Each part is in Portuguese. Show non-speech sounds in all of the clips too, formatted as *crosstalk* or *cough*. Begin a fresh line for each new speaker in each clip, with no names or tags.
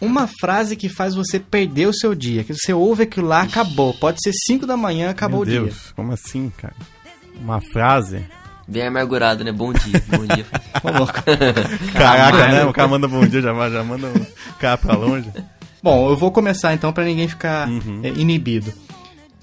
uma frase que faz você perder o seu dia. Que você ouve aquilo lá, acabou. Pode ser 5 da manhã, acabou
Meu
o dia.
Deus, como assim, cara? Uma frase?
Bem amargurado, né? Bom dia, bom dia.
Ô,
*laughs*
louco.
Caraca, né? O cara manda bom dia, já, vai- já manda o cara pra longe.
Bom, eu vou começar então pra ninguém ficar
Uhum.
é, inibido.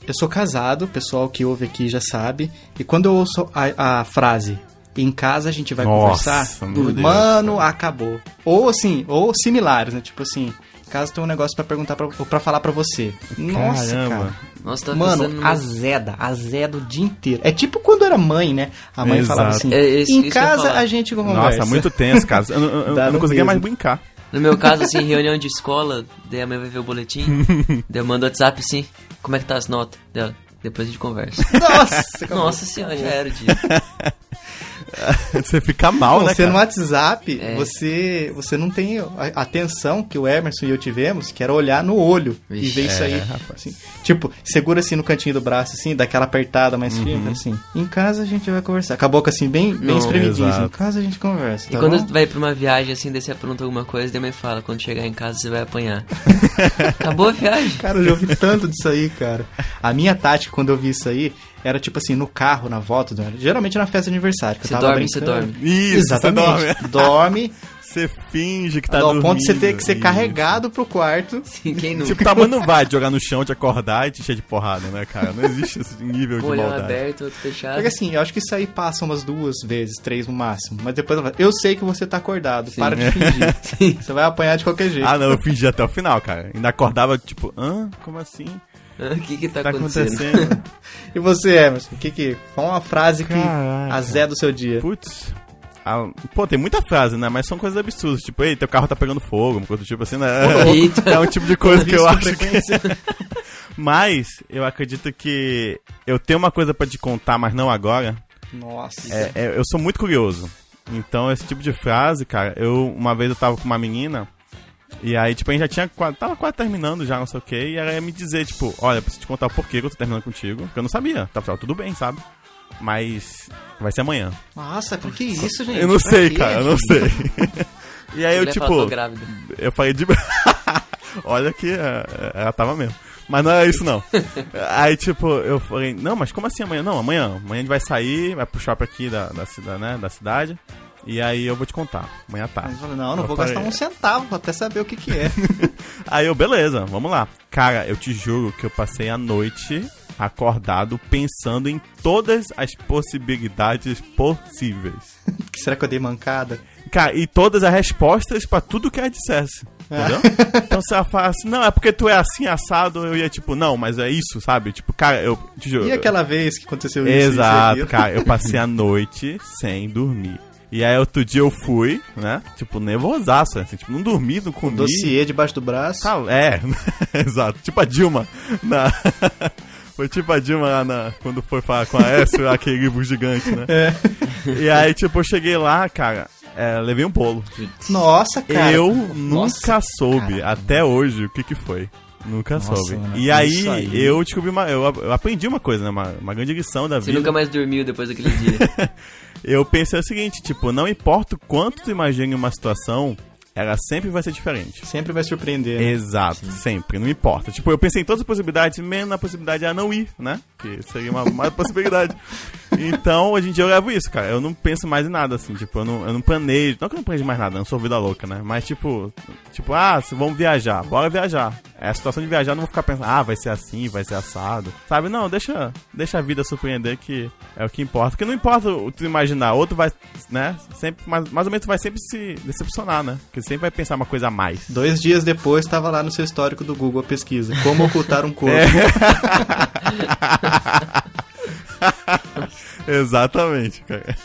Eu sou casado, o pessoal que ouve aqui já sabe. E quando eu ouço a, a frase em casa a gente vai
Nossa,
conversar,
meu Deus,
mano, acabou. Ou assim, ou similares, né? Tipo assim, caso tenha um negócio pra perguntar pra, ou pra falar pra você. Nossa,
Caramba.
cara.
Nossa, tava pensando
Mano,
numa-
azeda, azeda o dia inteiro. É tipo quando era mãe, né? A mãe falava
Exato.
assim:
É, isso-
em
isso que eu ia
casa
falar.
a gente conversa.
Nossa, muito tenso, cara. Eu, eu- eu-
Dá um
eu
no
não conseguia mais
mesmo.
brincar. *laughs*
No meu caso, assim, reunião de escola, daí a mãe vai ver o boletim, daí eu mando WhatsApp assim, como é que tá as notas dela? Depois a gente conversa.
*laughs*
*laughs*
Nossa, acabou.
Nossa senhora, já era o dia.
Você fica mal,
Bom,
né,
você
cara?
no WhatsApp,
É.
você, você não tem a a atenção que o Emerson e eu tivemos, que era olhar no olho e
Vixe, é,
ver isso aí. assim. tipo, segura assim no cantinho do braço, assim, dá aquela apertada mais
Uhum.
firme, assim. Em casa a gente vai conversar. Com a boca assim, bem, bem
Não,
espremidinha. assim, Em
exato.
casa a gente conversa.
E
tá
quando
bom?
vai pra uma viagem, assim, daí você apronta alguma coisa, daí a mãe fala, quando chegar em casa você vai apanhar. Acabou a viagem.
Cara, eu já ouvi tanto disso aí, cara. A minha tática quando eu vi isso aí era tipo assim, no carro, na volta, né? geralmente na festa de aniversário. Que
Você
eu tava
dorme, você
brincando.
dorme.
Isso, você
é- Exatamente.
dorme. *laughs*
Dorme,
Você finge que tá
ao
dormindo.
ponto de você ter que ser
Isso.
carregado pro quarto.
Sim, Assim, quem nunca?
Tipo, tua mãe não vai te jogar no chão, te acordar e te encher de porrada, né, cara? Não existe esse nível
Um
de
olhão
maldade.
aberto, outro fechado.
Porque assim, eu acho que isso aí passa umas duas vezes, três no máximo. Mas depois ela fala, eu sei que você tá acordado, para
*laughs*
de fingir. Você vai apanhar de qualquer jeito.
Ah, não, eu fingi até o final, cara. Ainda acordava, tipo, hã? Como assim?
*laughs* O que que tá,
Tá
acontecendo?
acontecendo?
E você, Emerson, o que que... Qual uma frase que
Caraca.
azeda do seu dia?
Putz. Ah, pô, tem muita frase, né? Mas são coisas absurdas. Tipo, ei, teu carro tá pegando fogo, uma coisa do tipo assim, né?
Eita.
*laughs* É um tipo de coisa que eu
Visto
acho que... *laughs* Mas, eu acredito que eu tenho uma coisa pra te contar, mas não agora.
Nossa.
É, é, eu sou muito curioso. Então, esse tipo de frase, cara, eu uma vez eu tava com uma menina, e aí, tipo, a gente já tinha quase, tava quase terminando já, não sei o que, e ela ia me dizer, tipo, olha, eu preciso te contar o porquê que eu tô terminando contigo, porque eu não sabia, tava, tava tudo bem, sabe? Mas vai ser amanhã.
Nossa, por que isso, gente?
Eu não
Pra
sei,
quê?
cara, eu não sei. *laughs* e aí eu,
Mulher
tipo,
fala, tô grávida.
eu falei de. *laughs* Olha que é, é, ela tava mesmo. Mas não é isso não. Aí, tipo, eu falei, não, mas como assim amanhã? Não, amanhã. Amanhã a gente vai sair, vai pro shopping aqui da, da, cida- né, da cidade. E aí eu vou te contar. Amanhã tá.
Mas eu falei, não, não
Eu
vou
falei-
gastar um centavo, vou até saber o que que é. *laughs*
Aí eu, beleza, vamos lá. Cara, eu te juro que eu passei a noite acordado pensando em todas as possibilidades possíveis.
Que Será que eu dei mancada?
Cara, e todas as respostas pra tudo que ela dissesse.
É.
Entendeu?
*laughs*
então se ela fala assim, não, é porque tu é assim assado, eu ia tipo, não, mas é isso, sabe? Tipo, cara, eu te juro.
E aquela vez que aconteceu isso? isso e
Exato,
aquilo?
cara, eu passei a noite sem dormir. E aí outro dia eu fui, né? Tipo, nervosaço, assim, tipo, não dormi, não comi.
Dossiê debaixo do braço.
Tá, é, *laughs* exato. Tipo a Dilma. Na... *laughs* foi tipo a Dilma lá na... quando foi falar com a S, *laughs* aquele livro gigante, né?
É.
E aí, tipo, eu cheguei lá, cara, é, levei um bolo.
Nossa, cara.
eu
Nossa,
nunca soube, até hoje, o que que foi. Nunca
Nossa,
soube.
mano, é
E
isso
aí,
aí.
eu descobri uma. Eu, eu aprendi uma coisa, né? Uma, uma grande lição da
Você
vida.
nunca mais dormiu depois daquele dia.
Eu pensei o seguinte, tipo, não importa o quanto tu imagine uma situação, ela sempre vai ser diferente.
Sempre vai surpreender. né?
Exato, sempre, não importa. Tipo, eu pensei em todas as possibilidades, menos na possibilidade de ela não ir, né? Que seria uma, uma *laughs* possibilidade. Então, hoje em dia eu levo isso, cara. Eu não penso mais em nada, assim, tipo, eu não, eu não planejo. Não que eu não planejo mais nada, eu não sou vida louca, né? Mas, tipo, tipo, ah, se- vamos viajar, bora viajar. É a situação de viajar, eu não vou ficar pensando, ah, vai ser assim, vai ser assado. Sabe? Não, deixa, deixa a vida surpreender que é o que importa. Porque não importa o tu imaginar, outro vai, né? Sempre, mais, mais ou menos tu vai sempre se decepcionar, né? Porque sempre vai pensar uma coisa a mais.
Dois dias depois, estava lá no seu histórico do Google a pesquisa. Como ocultar
*laughs*
um corpo.
É. *laughs* Exatamente, cara.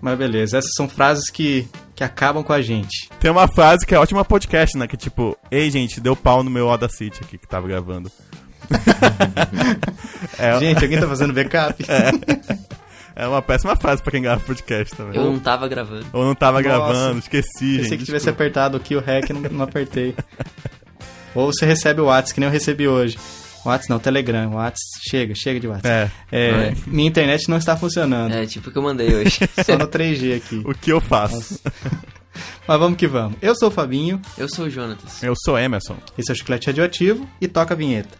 Mas beleza, essas são frases que, que acabam com a gente.
Tem uma frase que é ótima podcast, né? Que é tipo, ei, gente, deu pau no meu Audacity aqui que tava gravando. *laughs* é,
Gente, alguém tá fazendo
*laughs*
backup?
é uma péssima frase pra quem grava podcast também. *laughs*
Eu não tava gravando.
Ou não
Nossa.
tava gravando, esqueci,
Pensei
gente.
que tivesse apertado aqui o REC, não, não apertei. Ou você recebe o WhatsApp, que nem eu recebi hoje. WhatsApp não, Telegram. WhatsApp, chega, chega de WhatsApp.
É.
É,
É.
Minha internet não está funcionando. *laughs*
É, tipo o que eu mandei hoje.
Só no 3G aqui.
O que eu faço?
Nossa. Mas Mas vamos que vamos. Eu sou o Fabinho,
Eu sou o Jonatas.
*laughs* Eu sou Emerson.
esse é o Chiclete Radioativo e toca a vinheta.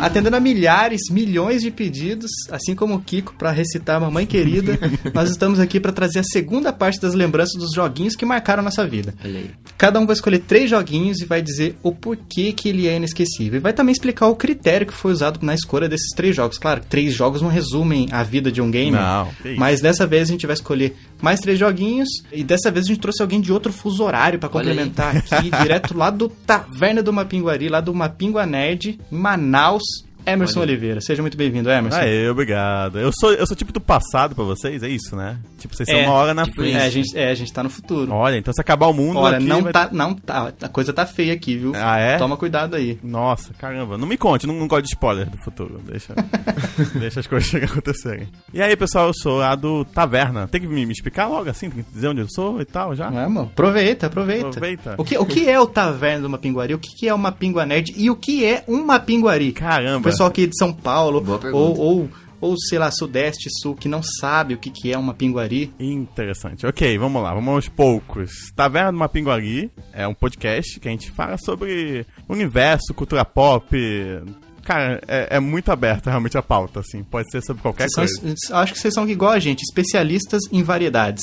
Atendendo a milhares, milhões de pedidos, assim como o Kiko para recitar Mamãe Querida, nós estamos aqui para trazer a segunda parte das lembranças dos joguinhos que marcaram nossa vida.
Olha aí.
Cada um vai escolher três joguinhos e vai dizer o porquê que ele é inesquecível. E vai também explicar o critério que foi usado na escolha desses três jogos. Claro, três jogos não resumem a vida de um gamer.
Não, que isso.
Mas dessa vez a gente vai escolher mais três joguinhos. E dessa vez a gente trouxe alguém de outro fuso horário pra
Olha aí.
complementar
*laughs*
aqui, direto lá do Taverna do Mapinguari, lá do Mapingua Nerd, em Manaus, Emerson Oliveira. Seja muito bem-vindo, Emerson. É,
Aê, obrigado. Eu sou, eu sou tipo do passado pra vocês, é isso, né? Tipo, vocês
É,
estão uma hora na
tipo
frente.
É, a gente, é, a gente tá no futuro.
Olha, então se acabar o mundo.
Olha,
aqui,
não
vai-
tá. Não tá. A coisa tá feia aqui, viu?
Ah, é?
Toma cuidado aí.
Nossa, caramba. Não me conte, não, não gosto de spoiler do futuro.
*laughs*
Deixa, deixa as coisas *laughs* chegarem acontecerem. E aí, pessoal, eu sou a do Taverna. Tem que me, me explicar logo assim? Tem que dizer onde eu sou e tal já?
Não é, mano? Aproveita, aproveita.
Aproveita.
O que, o que é o Taverna do Mapinguari? O que, que é o Mapingua Nerd? E o que é um Mapinguari? O
*laughs*
Caramba.
pessoal aqui de São Paulo,
Boa pergunta.
ou, ou, ou, sei lá, Sudeste, Sul, que não sabe o que, que é um Mapinguari.
Interessante. Ok, vamos lá, vamos aos poucos. Taverna do Mapinguari é um podcast que a gente fala sobre universo, cultura pop. Cara, é, é muito aberta *laughs* realmente a pauta, assim. Pode ser sobre
É
qualquer
Vocês
coisa.
são- acho que vocês são igual a gente, especialistas em variedades.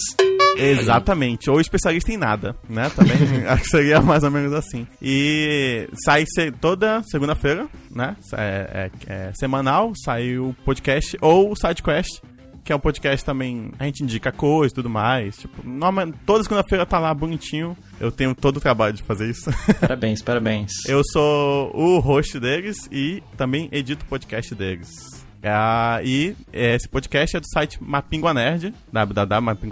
Exatamente. Ou especialista em nada, né? Também acho que seria mais ou menos assim. E sai se- toda segunda-feira, né? É, é- é semanal, sai o podcast ou o SideQuest, que é um podcast também. A gente indica coisas e tudo mais. Tipo, norma- toda segunda-feira tá lá bonitinho. Eu tenho todo o trabalho de fazer isso. *laughs*
Parabéns, parabéns.
Eu sou o host deles e também edito o podcast deles. Ah, e é, esse podcast é do site Mapingua Nerd,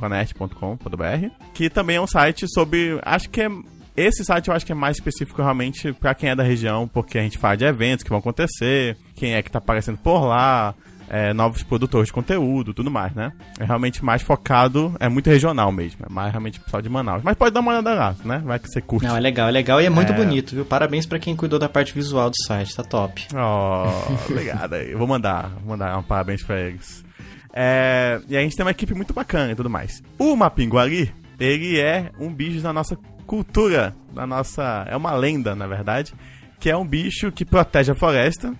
www.mapinguanerd.com.br, que também é um site sobre. Acho que é. Esse site eu acho que é mais específico realmente pra quem é da região, porque a gente fala de eventos que vão acontecer, quem é que tá aparecendo por lá, é, novos produtores de conteúdo, tudo mais, né? É realmente mais focado, é muito regional mesmo, é mais realmente pessoal de Manaus. Mas pode dar uma olhada lá, né? Vai que você curte.
Não, é legal, é legal e é muito
É.
bonito, viu? Parabéns pra quem cuidou da parte visual do site, tá top.
Oh, obrigado. Eu vou mandar, vou mandar um parabéns pra eles. É, e a gente tem uma equipe muito bacana e tudo mais. O Mapinguari, ele é um bicho da nossa cultura, da nossa. É uma lenda, na verdade, que é um bicho que protege a floresta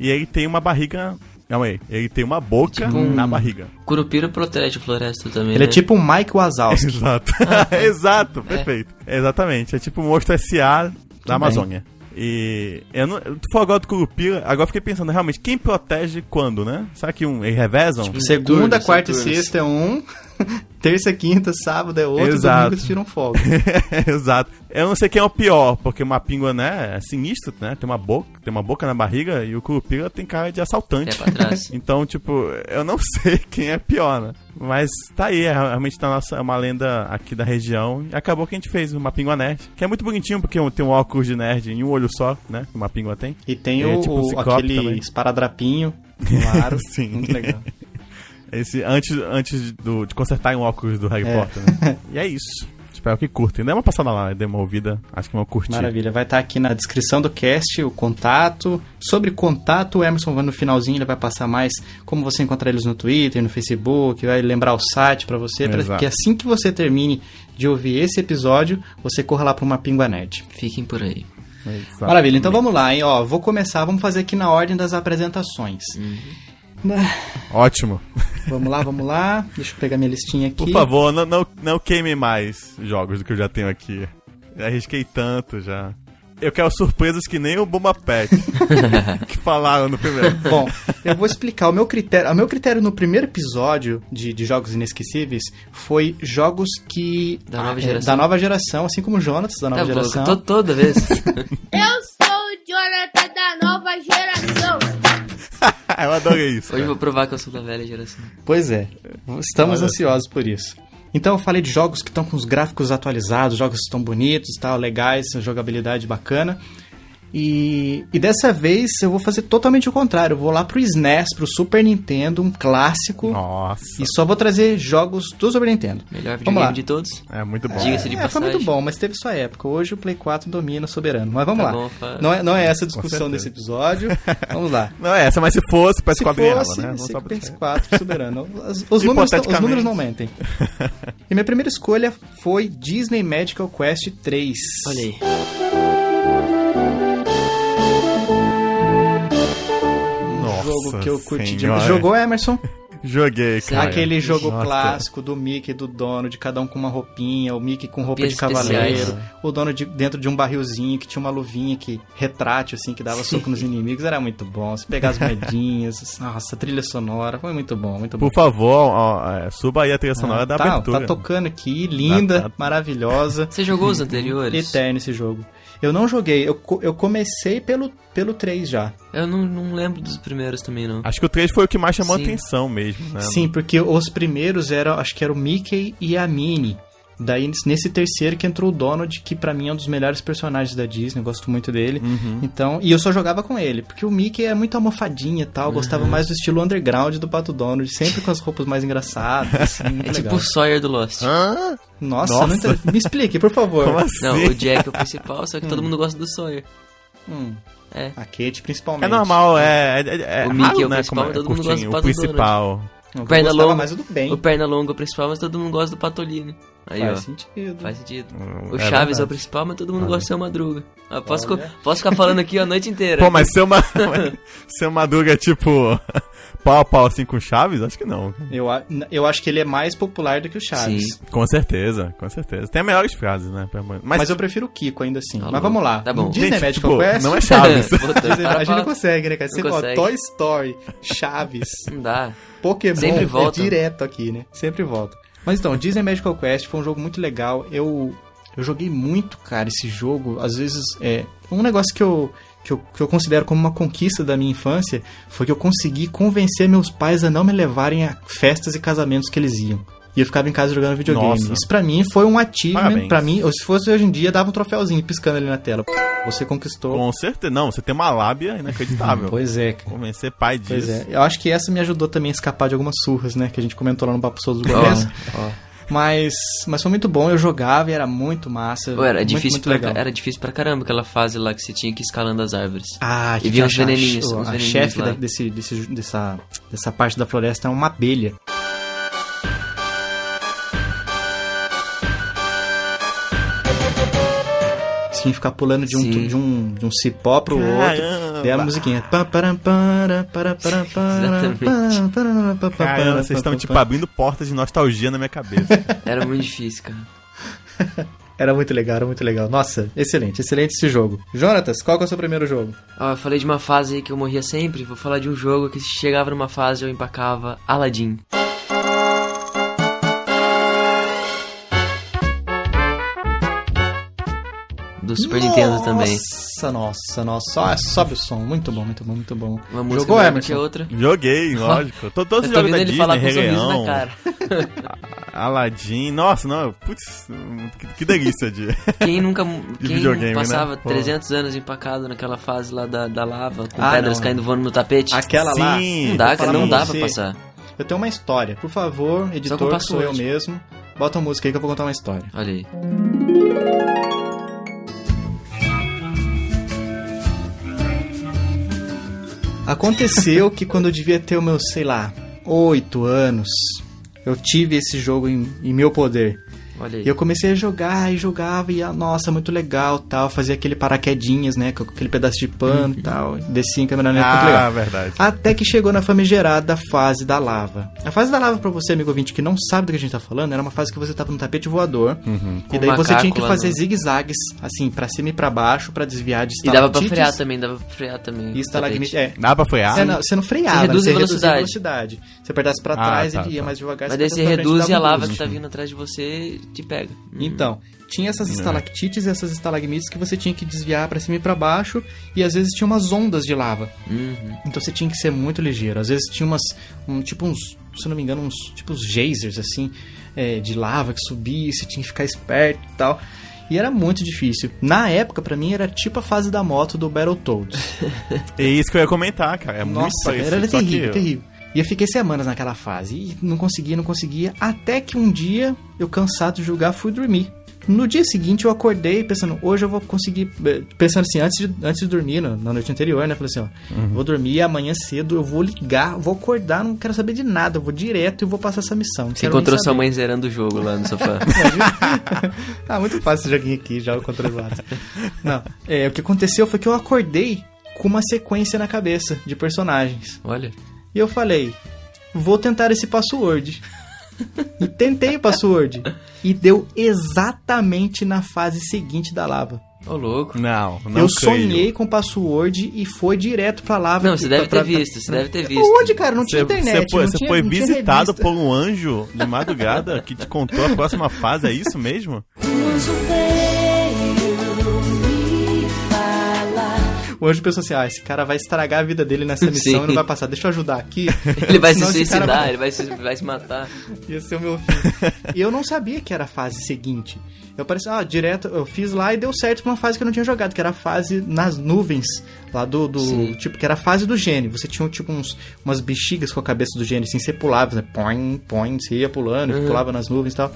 e ele tem uma barriga. Calma aí, ele tem uma boca na barriga.
Curupira protege a floresta também.
Ele é
né?
tipo um Mike Wazowski.
*laughs* Exato. *laughs* Exato, perfeito. Exatamente. É tipo um monstro SA da Amazônia. E eu não, tu falou agora do Curupira, agora eu fiquei pensando realmente, quem protege quando, né? Será que um, eles revezam? *laughs*
Segunda,
Turnos,
quarta e
turnos.
sexta é um, *laughs* terça, quinta, sábado é outro,
Exato.
domingo eles tiram folga.
Exato. Eu não sei quem é o pior, porque uma pingua, né, é sinistro, né? Tem uma boca, tem uma boca na barriga e o Curupira tem cara de assaltante.
É pra trás.
Então, tipo, eu não *laughs* sei quem é pior, né? Mas tá aí, é realmente tá nossa, é uma lenda aqui da região. E acabou que a gente fez uma pingua nerd. Que é muito bonitinho, porque tem um óculos de nerd em um olho só, né? Que uma pingua tem.
E tem
É,
o,
tipo um
o-
ciclope
aquele
também.
esparadrapinho, claro.
*laughs* Sim.
Muito legal.
Esse, antes antes do, de consertar um óculos do Harry
É.
Potter,
*laughs*
né? E é isso. Espero que curtem. Dê uma passada lá, dê uma ouvida. Acho que vão curtir.
Maravilha. Vai estar aqui na descrição do cast o contato. Sobre contato, o Emerson vai no finalzinho, ele vai passar mais como você encontrar eles no Twitter, no Facebook, vai lembrar o site pra você, pra,
Exato.
que assim que você termine de ouvir esse episódio, você corra lá pra uma Pingua Nerd.
Fiquem por aí.
Exato.
Maravilha, então vamos lá, hein? Ó, vou começar, vamos fazer aqui na ordem das apresentações.
Uhum.
Na-
Ótimo.
Vamos lá, vamos lá. Deixa eu pegar minha listinha aqui.
Por favor, não, não, não queime mais jogos do que eu já tenho aqui. Já arrisquei tanto já. Eu quero surpresas que nem o Bomba Pet. que falaram no primeiro. *laughs*
Bom, eu vou explicar. O meu critério, o meu critério no primeiro episódio de, de Jogos Inesquecíveis foi jogos que.
Da nova
é,
geração.
da nova geração, assim como o Jonas, da nova
Tá
geração.
bom, to- toda
*laughs*
vez.
Eu sou o Jonathan da nova geração.
eu adorei isso.
Hoje eu
cara.
vou provar que eu sou da velha geração.
Pois é, estamos
Olha.
ansiosos por isso. Então eu falei de jogos que estão com os gráficos atualizados, jogos que estão bonitos, tal, legais, jogabilidade bacana. E, e dessa vez eu vou fazer totalmente o contrário. Eu vou lá pro SNES, pro Super Nintendo, um clássico.
Nossa,
E só vou trazer jogos do Super Nintendo.
Melhor
Vamos lá.
videogame de todos.
é muito bom.
Diga-se de
É, foi
passagem.
muito bom, mas teve sua época. Hoje o Play 4 domina soberano. Mas vamos
Tá
lá.
bom, fa-
não, é, não é essa a discussão
certeza.
desse
*laughs*
episódio. Vamos lá.
Não é essa, mas se fosse,
Se
PS4 ganhava,
fosse,
né? Não
se
só pra deixar.
PS4 soberano. Os,
*laughs*
os números, tão- os
Hipoteticamente.
números não mentem. E minha primeira escolha foi Disney Magical Quest 3.
Olha aí.
Um jogo
Nossa
que eu curti
Senhora.
demais. Jogou, Emerson?
Joguei, cara.
Aquele jogo
Nossa.
clássico do Mickey e do dono, de cada um com uma roupinha, o Mickey com roupa de
Roupinhas
cavaleiro,
especiais.
o dono de- dentro de um barrilzinho que tinha uma luvinha que retrátil, assim, que dava soco nos inimigos, era muito bom. Se pegar as moedinhas, *laughs* nossa, trilha sonora, foi muito bom, muito bom.
Por favor, ó, é, suba aí a trilha sonora da
tá,
abertura.
tá tocando aqui, linda,
Tá, tá.
maravilhosa,
Você jogou
*laughs*
os anteriores?
eterno esse jogo. Eu não joguei, eu, co- eu comecei pelo, pelo 3 já.
Eu não, não lembro dos primeiros também, não.
Acho que o 3 foi o que mais chamou
Sim.
atenção mesmo, né?
Sim, porque os primeiros eram, acho que era o Mickey e a Minnie. Daí, nesse terceiro que entrou o Donald, que pra mim é um dos melhores personagens da Disney, eu gosto muito dele.
Uhum.
Então, e eu só jogava com ele, porque o Mickey é muito almofadinha e tal, eu gostava
Uhum.
mais do estilo underground do Pato Donald, sempre com as roupas mais engraçadas,
*laughs*
assim, muito
É tipo
legal. Ah,
o Sawyer do Lost.
Hã?
Nossa,
Nossa.
não entendi. me explique, por favor.
Como assim?
Não, o Jack é o principal, só que todo mundo gosta do Sawyer.
Hum,
É.
A Kate, principalmente.
É normal, é. é- é- é
O Mickey é
raro,
o
né,
principal,
como é,
todo mundo gosta
curtinho,
né? do
O
Pato
principal.
Eu
Perna
gostava
longa.
mais do bem.
O Pernalonga é o principal, mas todo mundo gosta do Patolino. Aí,
Faz
ó.
sentido.
Faz sentido.
Hum,
O
é
Chaves é o
verdade.
principal, mas todo mundo gosta de ser o Madruga. Ah, posso,
Olha.
co- posso ficar falando aqui a noite inteira.
Pô, mas *laughs* seu, ma... seu Madruga é tipo. *laughs* pau a pau assim com o Chaves? Acho que não.
Eu, a- eu acho que ele é mais popular do que o Chaves.
Sim.
Com certeza, com certeza. Tem melhores frases, né? pra- Mas,
Mas, eu prefiro o Kiko ainda assim.
Tá
Mas
louco.
vamos lá.
Tá bom.
Disney
Gente,
Magical
tipo,
Quest.
não é *laughs* Chaves.
Voltando,
Disney-
para,
*laughs* a gente não
para.
consegue, né, cara? Você
Não
ó,
consegue.
Toy Story, Chaves,
Não dá.
Pokémon.
Sempre
é
volta.
direto aqui, né? Sempre volta. Mas então, Disney Magical Quest foi um jogo muito legal. Eu, eu joguei muito, cara, esse jogo. Às vezes, é um negócio que eu, que, eu, que eu considero como uma conquista da minha infância foi que eu consegui convencer meus pais a não me levarem a festas e casamentos que eles iam. E eu ficava em casa jogando videogame.
Nossa.
Isso pra mim foi um achievement.
Parabéns.
Pra mim, ou se fosse hoje em dia, dava um troféuzinho piscando ali na tela. Você conquistou.
Com certeza. Não, você tem uma lábia inacreditável.
Pois é, cara.
Convencer pai disso.
Pois é. Eu acho que essa me ajudou também a escapar de algumas surras, né? Que a gente comentou lá no Papo Souza do começo. Mas, mas foi muito bom. Eu jogava e era muito massa.
Pô, era,
muito,
difícil
muito
pra,
legal.
Era difícil pra caramba aquela fase lá que você tinha que ir escalando as
*laughs*
árvores.
Ah,
E vinha uns
a- a-
veneninhos,
A,
uns
a
veneninhos
chefe
lá.
da- desse, desse, dessa, dessa parte da floresta é uma abelha. Sim, ficar pulando de um,
Sim.
tu- de um, de um cipó pro outro.
Caramba.
Daí a musiquinha. Pa, para, para, para, para, para,
Exatamente.
para, para, para, para,
Caramba, vocês estão
para,
tipo
para.
abrindo portas de nostalgia na minha
*laughs*
cabeça.
Era muito difícil, cara.
Era muito legal, era muito legal. Nossa, excelente, excelente esse jogo. Jonatas, qual que é o seu primeiro jogo?
Ó, eu falei de uma fase aí que eu morria sempre. Vou falar de um jogo que se chegava numa fase eu empacava Aladdin. Do Super Nintendo também.
Nossa, nossa, nossa. Ah, sobe o som. Muito bom, muito bom, muito bom.
Uma música
Jogou,
melhor do que
Emerson?
a outra.
Joguei, lógico. Tô- Todos os
eu tô
jogos
vendo
da
ele
Disney,
falar com um
Rei
sorriso na
Leão,
cara.
Aladdin. Nossa, não, putz, hum, que, que delícia de.
Quem nunca quem
videogame, né?
passava
Pô.
300 anos empacado naquela fase lá da, da lava, com
Ah,
pedras
não.
caindo voando no tapete?
Aquela lá.
Sim.
Não dá,
vou
cara,
falar
não
pra
dá
você.
pra passar.
Eu tenho uma história. Por favor,
Só com
editor, que sou
password.
eu mesmo. Bota a música aí que eu vou contar uma história.
Olha aí.
Aconteceu que quando eu devia ter os meus, sei lá, oito anos, eu tive esse jogo em, em meu poder.
Olha aí.
E eu comecei a jogar e jogava e, ah, nossa, muito legal tal. Fazia aquele paraquedinhas, né? Com aquele pedaço de pano
Uhum.
e tal. Descia em câmera lenta, muito legal.
Ah, verdade.
Até que chegou na famigerada fase da lava. A fase da lava, pra você, amigo ouvinte, que não sabe do que a gente tá falando, era uma fase que você tava no tapete voador.
Uhum.
Com
E daí você
macaco
tinha que
lá
fazer
no-
zigue-zagues, assim, pra cima e pra baixo, pra desviar de
E dava pra
estalactites
frear também, dava pra frear também.
E estalagmite.
Tapete.
É.
Dá pra frear?
É, não, você não freava,
Você
né?
reduz
você
a
reduzia
velocidade.
a velocidade. Você apertasse pra
Ah,
trás,
tá,
ele ia
tá.
mais devagar.
Mas
você
daí você
apertasse pra frente,
reduz e a
dava um
lava
boost.
que tá vindo atrás de você te pega. Hum.
Então, tinha essas estalactites e essas estalagmites que você tinha que desviar pra cima e pra baixo, e às vezes tinha umas ondas de lava.
Uhum.
Então você tinha que ser muito ligeiro. Às vezes tinha umas. Um, tipo uns. Se eu não me engano, uns. Tipo uns geysers, assim. é, de lava que subia, você tinha que ficar esperto e tal. E era muito difícil. Na época, pra mim, era tipo a fase da moto do Battletoads.
É isso que eu ia comentar, cara. É muito
Nossa,
parecido.
era
só que
terrível,
eu-
terrível. E eu fiquei semanas naquela fase. E não conseguia, não conseguia. Até que um dia, eu cansado de jogar, fui dormir. No dia seguinte, eu acordei pensando, hoje eu vou conseguir. eh, Pensando assim, antes de, antes de dormir, na, na noite anterior, né? Falei assim, ó,
Uhum.
vou dormir amanhã cedo, eu vou ligar, vou acordar, não quero saber de nada, eu vou direto e vou passar essa missão. não
Você
quero nem
encontrou sua
saber."
mãe zerando o jogo lá
*laughs*
no sofá.
ah, muito fácil esse joguinho aqui, já o controlado. Não, é, o que aconteceu foi que eu acordei com uma sequência na cabeça de personagens.
Olha.
E eu falei, vou tentar esse password. E tentei o password. E deu exatamente na fase seguinte da lava.
Ô, louco.
Não, não
eu
creio.
sonhei com o password e foi direto pra lava.
Não, você deve ter visto, você deve ter visto.
Onde, cara? Não tinha
Você,
internet.
você foi,
não
você
tinha-
foi
não tinha
visitado
revista.
por um anjo de madrugada que te contou a próxima fase, é isso mesmo?
O anjo pensou assim: ah, esse cara vai estragar a vida dele nessa missão
*laughs* Sim.
e não vai passar. Deixa eu ajudar aqui.
*laughs* Ele vai se
Senão esse cara
suicidar,
vai-
ele vai se, vai se matar.
Ia ser o meu filho. *laughs* e eu não sabia que era a fase seguinte. Eu parecia, ah, direto, eu fiz lá e deu certo pra uma fase que eu não tinha jogado, que era a fase nas nuvens, lá do. do-
Sim.
tipo, que era a fase do gênio. Você tinha tipo uns, umas bexigas com a cabeça do gênio, assim, você pulava, né? Põe, põe, você ia pulando,
Uhum.
pulava nas nuvens e tal.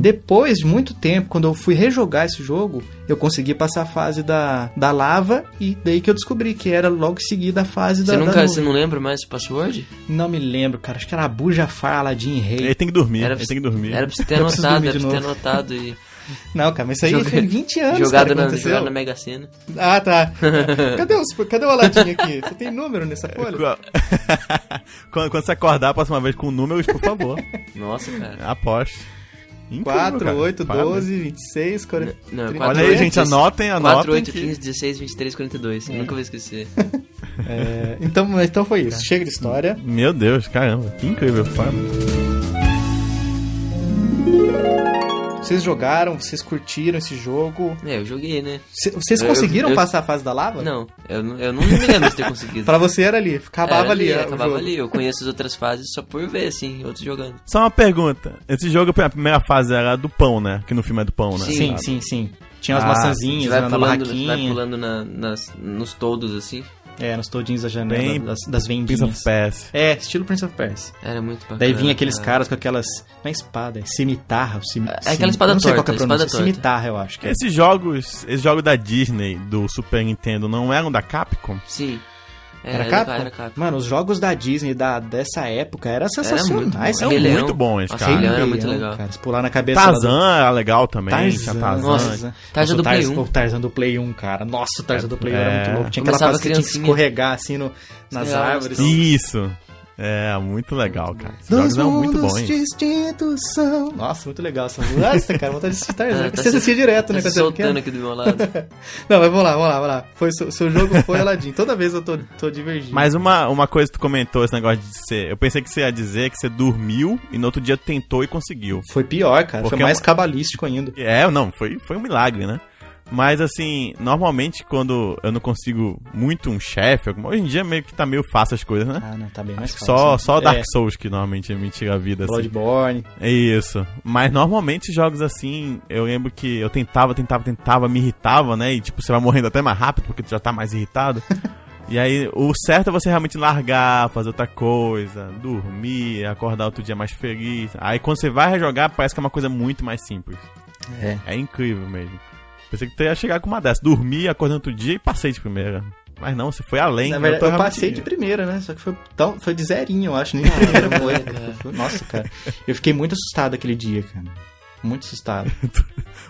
Depois de muito tempo, quando eu fui rejogar esse jogo, eu consegui passar a fase da, da lava e daí que eu descobri que era logo em seguida a fase da.
Você
da
nunca,
nuvem.
você não lembra mais o password?
Não me lembro, cara. Acho que era a Bujafar, Aladdin Rei.
Ele tem que dormir,
Era
ele
pra-
tem que dormir.
Era
*laughs*
pra você ter
Eu preciso
anotado,
dormir
era
de
pra você ter anotado e
Não, cara, mas isso aí
Joga-
tem 20 anos,
jogado
cara, que
na,
aconteceu.
jogado na Mega Sena.
Ah,
*laughs*
tá. Cadê, os, cadê o Aladim aqui? Você tem número nessa
É
folha?
*laughs* quando, quando você acordar a próxima vez com números, por favor,
Nossa, cara.
aposte. Incrível,
4,
cara.
8,
Parabéns.
12, 26, 40... 30.
Não, é
Olha
4,
aí,
8,
gente,
16,
anotem, anotem.
4, 8,
que-
15, 16, 23, 42. Eu Nunca vou esquecer.
É, então, então foi isso. Chega de história.
Meu Deus, caramba, que incrível. parabéns.
Vocês jogaram, vocês curtiram esse jogo.
É, eu joguei, né?
Cê- Vocês
Eu-
conseguiram
eu-
passar a fase da lava?
Não, eu, não- eu não me lembro de ter
*laughs*
conseguido.
Pra você era ali, acabava
Era
ali. era o
acabava
jogo.
ali. Eu conheço as outras fases só por ver, assim, outros jogando.
Só uma pergunta. Esse jogo, a primeira fase era do pão, né? Que no filme é do pão, né?
Sim,
Sabe?
sim, sim. Tinha as
Ah,
maçãzinhas
Você
né,
vai
na
pulando, você vai
barraquinha.
pulando na- nas, nos todos, assim.
É, nos todinhos da janela,
Bem-
das, das
Prince of
vendinhas.
Persia.
É, estilo Prince of Persia.
Era muito bacana.
Daí vinha aqueles
cara.
caras com aquelas. Não é espada, é cimitarra. o Cimi,
tá. É aquela
cimi-
espada
eu Não sei qual que é a
torta,
pronúncia.
espada torta.
Cimitarra, eu acho. Que é.
Esses jogos, esses jogos da Disney, do Super Nintendo, não eram da Capcom?
Sim. É,
Era
capa?
Capcom?
Era capa.
Mano, os jogos da Disney da, dessa época eram sensacionais.
Era
São
muito bom.
cara.
muito bons,
É Rei Leão. Nossa,
cara.
Rei Leão era
Leão,
muito legal.
é um Cara, se pular na cabeça. lá do-
Tarzan era legal também. tinha
Tarzan.
Tarzan.
Nossa,
Nossa,
Tarzan do
o
Play
Tarzan,
1.
o Tarzan do Play 1, cara. Nossa, o Tarzan do Play 1 era
É.
muito louco. Tinha aquela
Começava
fase que tinha que
criancinha.
escorregar assim no, nas
Legal,
árvores.
gostoso.
Isso. É, muito legal, cara. Esses jogos eram muito bons.
distintos são. Nossa, muito legal essa música. Nossa, cara, vontade de assistir
*laughs*
Tarzan.
Ah, tá
Você
se-
assistia direto,
Tá
né?
se
quando você era pequeno?
soltando aqui do meu lado.
Não, mas vamos lá, vamos lá, vamos lá. Foi, seu, seu jogo foi Aladdin. Toda vez eu tô, tô divergindo.
Mas uma, uma coisa que tu comentou, esse negócio de ser... Eu pensei que você ia dizer que você dormiu e no outro dia tu tentou e conseguiu.
Foi pior, cara.
Porque
foi mais
é uma-
cabalístico ainda.
É, não, foi, foi um milagre, né? Mas assim, normalmente quando eu não consigo muito um chefe, alguma- hoje em dia meio que tá meio fácil as coisas, né?
Ah, não, tá bem mais
Acho que só, só Dark
É,
Souls que normalmente me tira a vida, assim.
Bloodborne.
É Isso. Mas normalmente jogos assim, eu lembro que eu tentava, tentava, tentava, me irritava, né? E tipo, você vai morrendo até mais rápido porque tu já tá mais irritado.
*laughs*
e aí, o certo é você realmente largar, fazer outra coisa, dormir, acordar outro dia mais feliz. Aí quando você vai rejogar, parece que é uma coisa muito mais simples.
É.
É incrível mesmo. Pensei que tu ia chegar com uma dessa. Dormi, acordei outro dia e passei de primeira. Mas não, você foi além.
Na verdade,
tô
eu,
realmente-
passei de primeira, né? Só que foi, tão, foi de zerinho, eu acho. Nem de primeira foi.
cara.
Foi- Nossa, cara. Eu fiquei muito assustado aquele dia, cara. Muito assustado.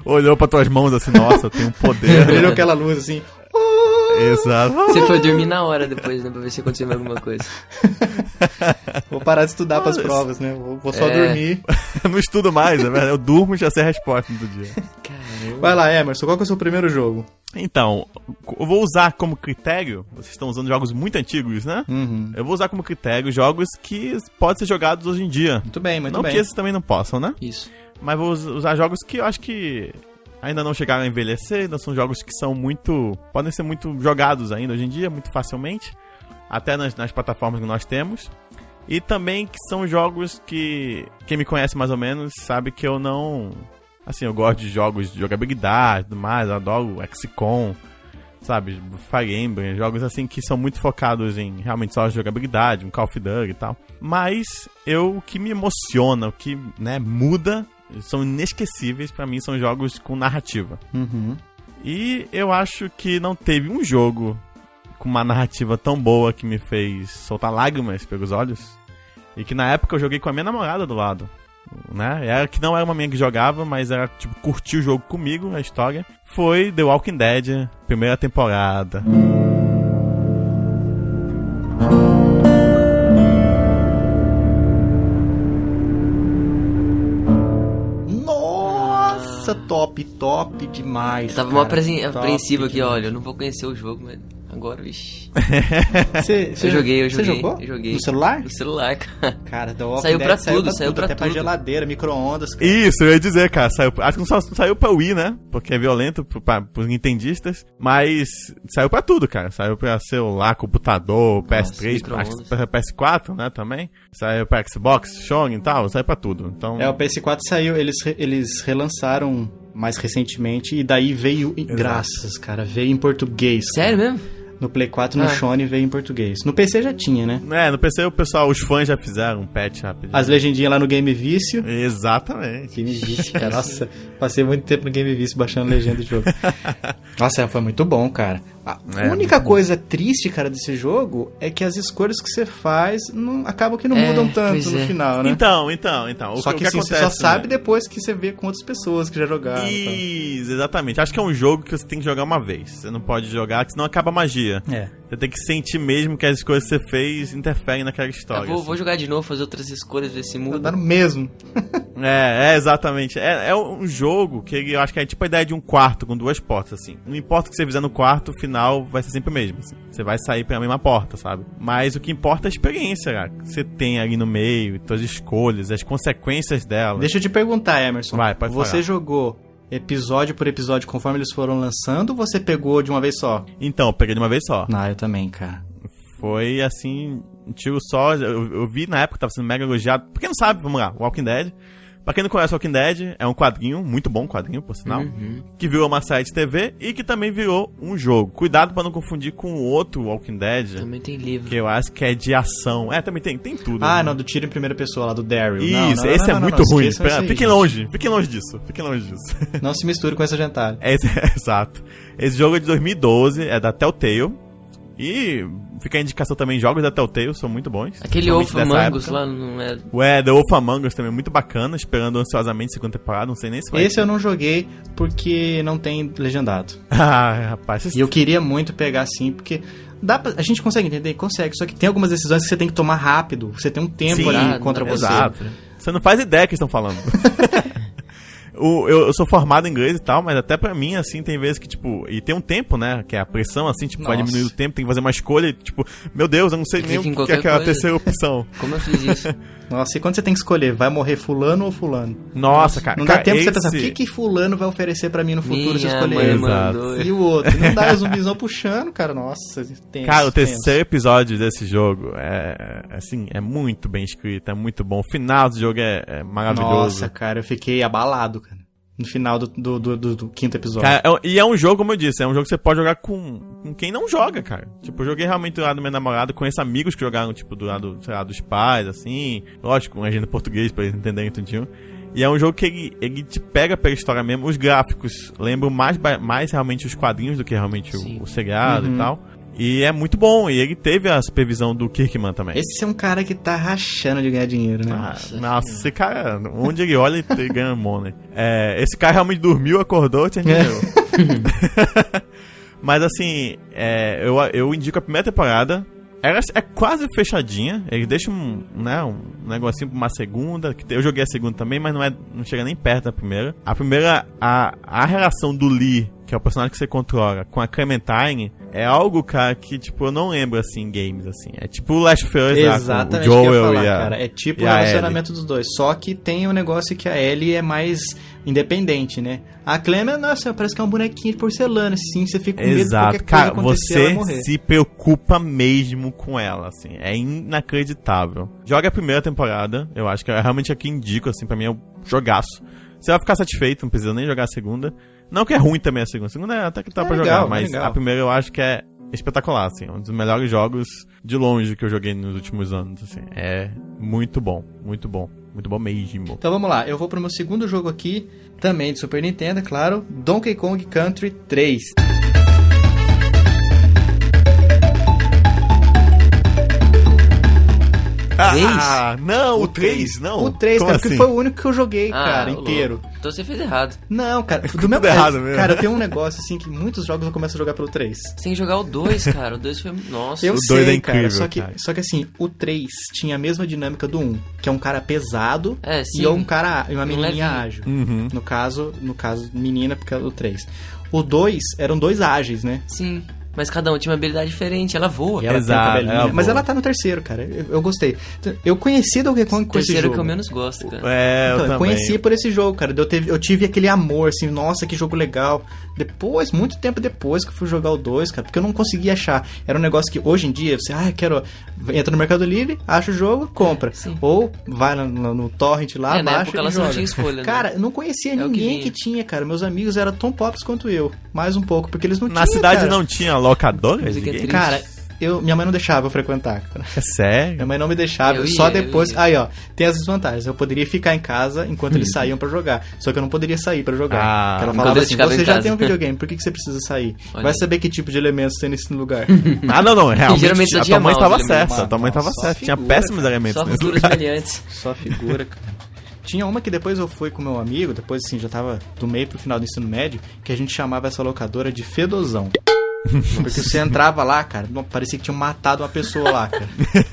Olhou pra tuas mãos assim, nossa, eu tenho um
Ele *laughs* olhou
poder.
aquela luz assim.
Exato.
Você foi dormir na hora depois, né? Pra ver se aconteceu mais alguma coisa.
Vou parar de estudar pras
Nossa.
provas, né? Vou, vou só
É.
dormir.
*laughs* Eu não estudo mais, é verdade. Eu durmo e já sei a resposta do dia.
Caramba.
Vai lá, Emerson. Qual que é o seu primeiro jogo?
Então, eu vou usar como critério. Vocês estão usando jogos muito antigos, né?
Uhum.
Eu vou usar como critério jogos que podem ser jogados hoje em dia.
Muito bem, muito
não
bem.
que esses também não possam, né?
Isso.
Mas vou us- usar jogos que eu acho que ainda não chegaram a envelhecer, ainda são jogos que são muito. podem ser muito jogados ainda hoje em dia, muito facilmente. Até nas, nas plataformas que nós temos. E também que são jogos que. Quem me conhece mais ou menos sabe que eu não. Assim, eu gosto de jogos de jogabilidade e tudo mais, eu adoro XCOM, sabe? Fire Emblem, jogos assim que são muito focados em realmente só jogabilidade, um Call of Duty e tal. Mas eu, o que me emociona, o que né, muda, são inesquecíveis pra mim, são jogos com narrativa.
Uhum.
E eu acho que não teve um jogo com uma narrativa tão boa que me fez soltar lágrimas pelos olhos. E que na época eu joguei com a minha namorada do lado. Né? Era que não era uma minha que jogava, mas era tipo, curtir o jogo comigo, a história. Foi The Walking Dead, primeira temporada.
Nossa, top, top demais.
Eu tava
cara.
mó apresen-
Top
apreensivo aqui,
demais.
olha, eu não vou conhecer o jogo, mas agora, vixi.
Você, você-
Eu joguei, eu
você
joguei.
jogou?
Eu joguei.
No celular?
No celular, *laughs* cara.
Cara, The Walking
Saiu
Dead
pra
saiu
tudo,
pra
saiu
tudo,
pra
até pra
tudo.
geladeira, micro-ondas. cara.
Isso, eu ia dizer, cara. Saiu, acho que não, só, não saiu pra Wii, né? Porque é violento pro- pra, pros nintendistas. Mas saiu pra tudo, cara. Saiu pra celular, computador, PS3,
micro-ondas.
acho que pra PS4, né? Também. Saiu pra Xbox, Shonen e tal. Saiu pra tudo. Então,
É, o PS4 saiu, eles, re- eles relançaram mais recentemente e daí veio, em-
Exato.
graças, cara, veio em português. cara.
Sério mesmo?
No Play 4, no
Ah.
Shone veio em português. No PC já tinha, né?
É, no PC o pessoal, os fãs já fizeram um patch rapidinho.
As legendinhas lá no Game Vício.
Exatamente.
Game Vício, cara. Nossa, passei muito tempo no Game Vício baixando legenda de
*laughs*
jogo. Nossa, é, foi muito bom, cara. A única
É, muito bom.
coisa triste, cara, desse jogo é que as escolhas que você faz não, acabam que não
É,
mudam tanto
pois
no
é.
final, né?
Então, então, então. O
só
o
que, assim, você só
acontece,
sabe
né?
depois que você vê com outras pessoas que já jogaram. e
Isso, exatamente. Acho que é um jogo que você tem que jogar uma vez. Você não pode jogar, que senão acaba a
tal.
magia.
É.
Você tem que sentir mesmo que as coisas que você fez interferem naquela história.
Eu Ah, É, vou, vou
assim.
jogar de novo, fazer outras escolhas desse
Tá
mundo.
dando mesmo.
É, é, exatamente. É, é um jogo que ele- eu acho que é tipo a ideia de um quarto com duas portas, assim. Não importa o que você fizer no quarto, o final vai ser sempre o mesmo. assim. Você vai sair pela mesma porta, sabe? Mas o que importa é a experiência, cara. que Você tem ali no meio, suas escolhas, as consequências dela.
Deixa eu te perguntar, Emerson.
Vai, pode
Você
falar.
jogou episódio por episódio conforme eles foram lançando ou você pegou de uma vez só?
Então, eu peguei de uma vez só.
Não, eu também, cara.
Foi assim, um tiro só. Eu, eu vi na época, tava sendo mega elogiado. Pra quem não sabe, vamos lá, Walking Dead. Pra quem não conhece Walking Dead, é um quadrinho, muito bom quadrinho, por sinal,
Uhum.
que virou uma série de TV e que também virou um jogo. Cuidado pra não confundir com o outro Walking Dead,
Também tem livro.
que eu acho que é de ação. É, também tem, tem tudo.
Ah,
né?
não, do tiro em primeira pessoa lá do Daryl.
Isso,
Não, não, não,
esse
não,
é
não,
muito
não,
ruim.
esqueçam
Espera,
isso aí,
fiquem
gente.
longe, fiquem longe disso, fiquem longe disso.
Não se misture com essa gentalha.
Esse- *laughs* exato. Esse jogo é de 2012, é da Telltale. E fica a indicação também, jogos da Telltale são muito bons. principalmente
Aquele Ovo
dessa
Mangos
época.
lá não é.
Ué, The Wolf Among Us também muito bacana, esperando ansiosamente a segunda temporada, não sei nem se vai.
Esse eu não joguei porque não tem legendado.
*laughs* Ah, rapaz, vocês-
E eu queria muito pegar assim, porque dá pra- a gente consegue entender? Consegue, só que tem algumas decisões que você tem que tomar rápido. Você tem um tempo
Sim,
ali
ah,
contra
não,
você.
exato. você não faz ideia do que
*laughs*
estão falando. O- eu, eu sou formado em inglês e tal, mas até pra mim, assim, tem vezes que, tipo, e tem um tempo, né? Que é a pressão, assim, tipo, vai
Nossa.
diminuindo o tempo, tem que fazer uma escolha, e, tipo, meu Deus, eu não sei
Clica
nem
em
o que é
qualquer
aquela
coisa.
terceira opção.
Como eu fiz isso?
Nossa, e quando você tem que escolher, vai morrer fulano ou fulano?
Nossa, cara.
Não dá
Ah, cara,
tempo pra você
esse-
pensar, o que que fulano vai oferecer pra mim no *laughs* futuro se eu
Minha
escolher
mãe
ele?
Exato.
mandou.
E o outro, não
*laughs*
dá, é o zumbizão puxando, cara, nossa, é tem
Cara, o terceiro episódio desse jogo é, é, assim, é muito bem escrito, é muito bom. O final do jogo é, é maravilhoso.
Nossa, cara, eu fiquei abalado, cara, no final do, do, do- do- do quinto episódio.
Cara, é um- e é um jogo, como eu disse, é um jogo que você pode jogar com, com quem não joga, cara. Tipo, eu joguei realmente do lado do meu namorado, conheço amigos que jogaram, tipo, do lado, sei lá, dos pais, assim. Lógico, com agenda em português pra eles entenderem tudinho. E é um jogo que ele, ele te pega pela história mesmo. Os gráficos lembram mais, ba- mais realmente os quadrinhos do que realmente
Sim.
o, o seriado
Uhum.
e tal. E é muito bom. E ele teve a supervisão do Kirkman também.
Esse é um cara que tá rachando de ganhar dinheiro, né?
Ah,
Nossa.
nossa, esse cara, onde ele olha, ele ganha um money. É, esse cara realmente dormiu, acordou,
É.
te entendeu. *laughs* Mas assim, é, eu, eu indico a primeira temporada. Ela é quase fechadinha. Ele deixa um, né, um negocinho pra uma segunda. que Eu joguei a segunda também, mas não, é, não chega nem perto da primeira. A primeira, a, a relação do Lee, que é o personagem que você controla, com a Clementine, é algo, cara, que, tipo, eu não lembro, assim, em games, assim. É tipo o Last of Us, lá, com
Exatamente
o
o que
Joel
eu ia falar,
e a-
cara. É tipo
e
o
a
relacionamento dos dois. Só que tem um negócio que a Ellie é mais independente, né? A Clem, nossa, parece que é um bonequinho de porcelana, assim, você fica com medo de
Exato,
qualquer coisa
cara,
acontecer, ela
você
morrer.
se preocupa mesmo com ela, assim, é inacreditável. Joga a primeira temporada, eu acho que é realmente aqui indico, assim, pra mim é um jogaço. Você vai ficar satisfeito, não precisa nem jogar a segunda. Não que é ruim também a segunda. A segunda é até que tá
É
pra
legal,
jogar,
é
mas
legal.
a primeira eu acho que é espetacular, assim. Um dos melhores jogos de longe que eu joguei nos últimos anos, assim. É muito bom, muito bom, muito bom mesmo.
Então vamos lá, eu vou pro meu segundo jogo aqui, também de Super Nintendo, é claro, Donkey Kong Country 3.
Ah, *laughs* não, o
três?
3, não.
O 3,
Como
cara,
assim?
porque foi o único que eu joguei,
Ah,
cara,
ô,
inteiro.
louco. Então você fez errado.
Não,
*laughs*
cara, do meu
errado mesmo.
Cara, eu tenho um negócio assim que muitos jogos eu começo a jogar pelo 3.
Você tem que jogar
*laughs*
o 2, cara. O 2 foi. Nossa.
Eu
O
sei,
dois é
cara,
incrível,
só que,
cara.
só que assim, o 3 tinha a mesma dinâmica do 1, que é um cara pesado
É, sim.
e é um cara e uma menininha
levinho.
ágil.
Uhum.
No caso, no caso menina, porque era o 3. O 2 eram dois ágeis, né?
Sim. Mas cada um tinha uma habilidade diferente. Ela voa.
E ela tem
Exato, é
o cabelinho,
ela
né? mas
voa.
ela tá no terceiro, cara. Eu, eu gostei. Eu conheci Donkey Kong é com esse
Terceiro
jogo.
que eu menos gosto, cara.
É, eu
Então, eu
também.
conheci por esse jogo, cara. Eu teve- eu tive aquele amor, assim, nossa, que jogo legal. Depois, muito tempo depois que eu fui jogar o 2, cara, porque eu não conseguia achar. Era um negócio que hoje em dia você, ah, eu quero. Entra no Mercado Livre, acha o jogo, compra.
Sim.
Ou vai no, no- no torrent lá,
É, na
baixa
época
e
ela só
joga.
tinha escolha, né?
Cara, eu não conhecia
É o que
ninguém
vinha.
que, tinha, cara. Meus amigos eram tão pops quanto eu. Mais um pouco, porque eles não
Na
tinham.
cidade
cara.
não tinha locadora de
Música
é
game?
triste.
Cara, eu, minha mãe não deixava eu frequentar, cara.
É
*laughs*
sério?
Minha mãe não me deixava,
Eu ia,
só
eu
depois.
ia. Uhum.
Aí, ó, tem as desvantagens. Eu poderia ficar em casa enquanto eles saíam pra jogar. Só que eu não poderia sair pra jogar.
Ah,
Porque ela
enquanto
falava
eles
assim:
ficavam
você
em
já
casa." *laughs*
tem um videogame, por que, que você precisa sair?
Olha
Vai
aí.
saber que tipo de elementos tem nesse
*laughs*
lugar.
Ah, não, não, realmente.
geralmente só
a tua
tinha
mãe
mouse,
tava
ele
certa,
mesmo.
a tua mãe tava
Só
certa. Tinha
figura,
péssimos elementos
Só
nesse
futuros
lugar.
brilhantes.
Só figura, cara. Tinha uma que depois eu fui com meu amigo, depois assim, já tava do meio pro final do ensino médio, que a gente chamava essa locadora de
*laughs*
Fedozão. Porque você entrava lá, cara, parecia que tinham matado uma pessoa lá, cara.
*laughs*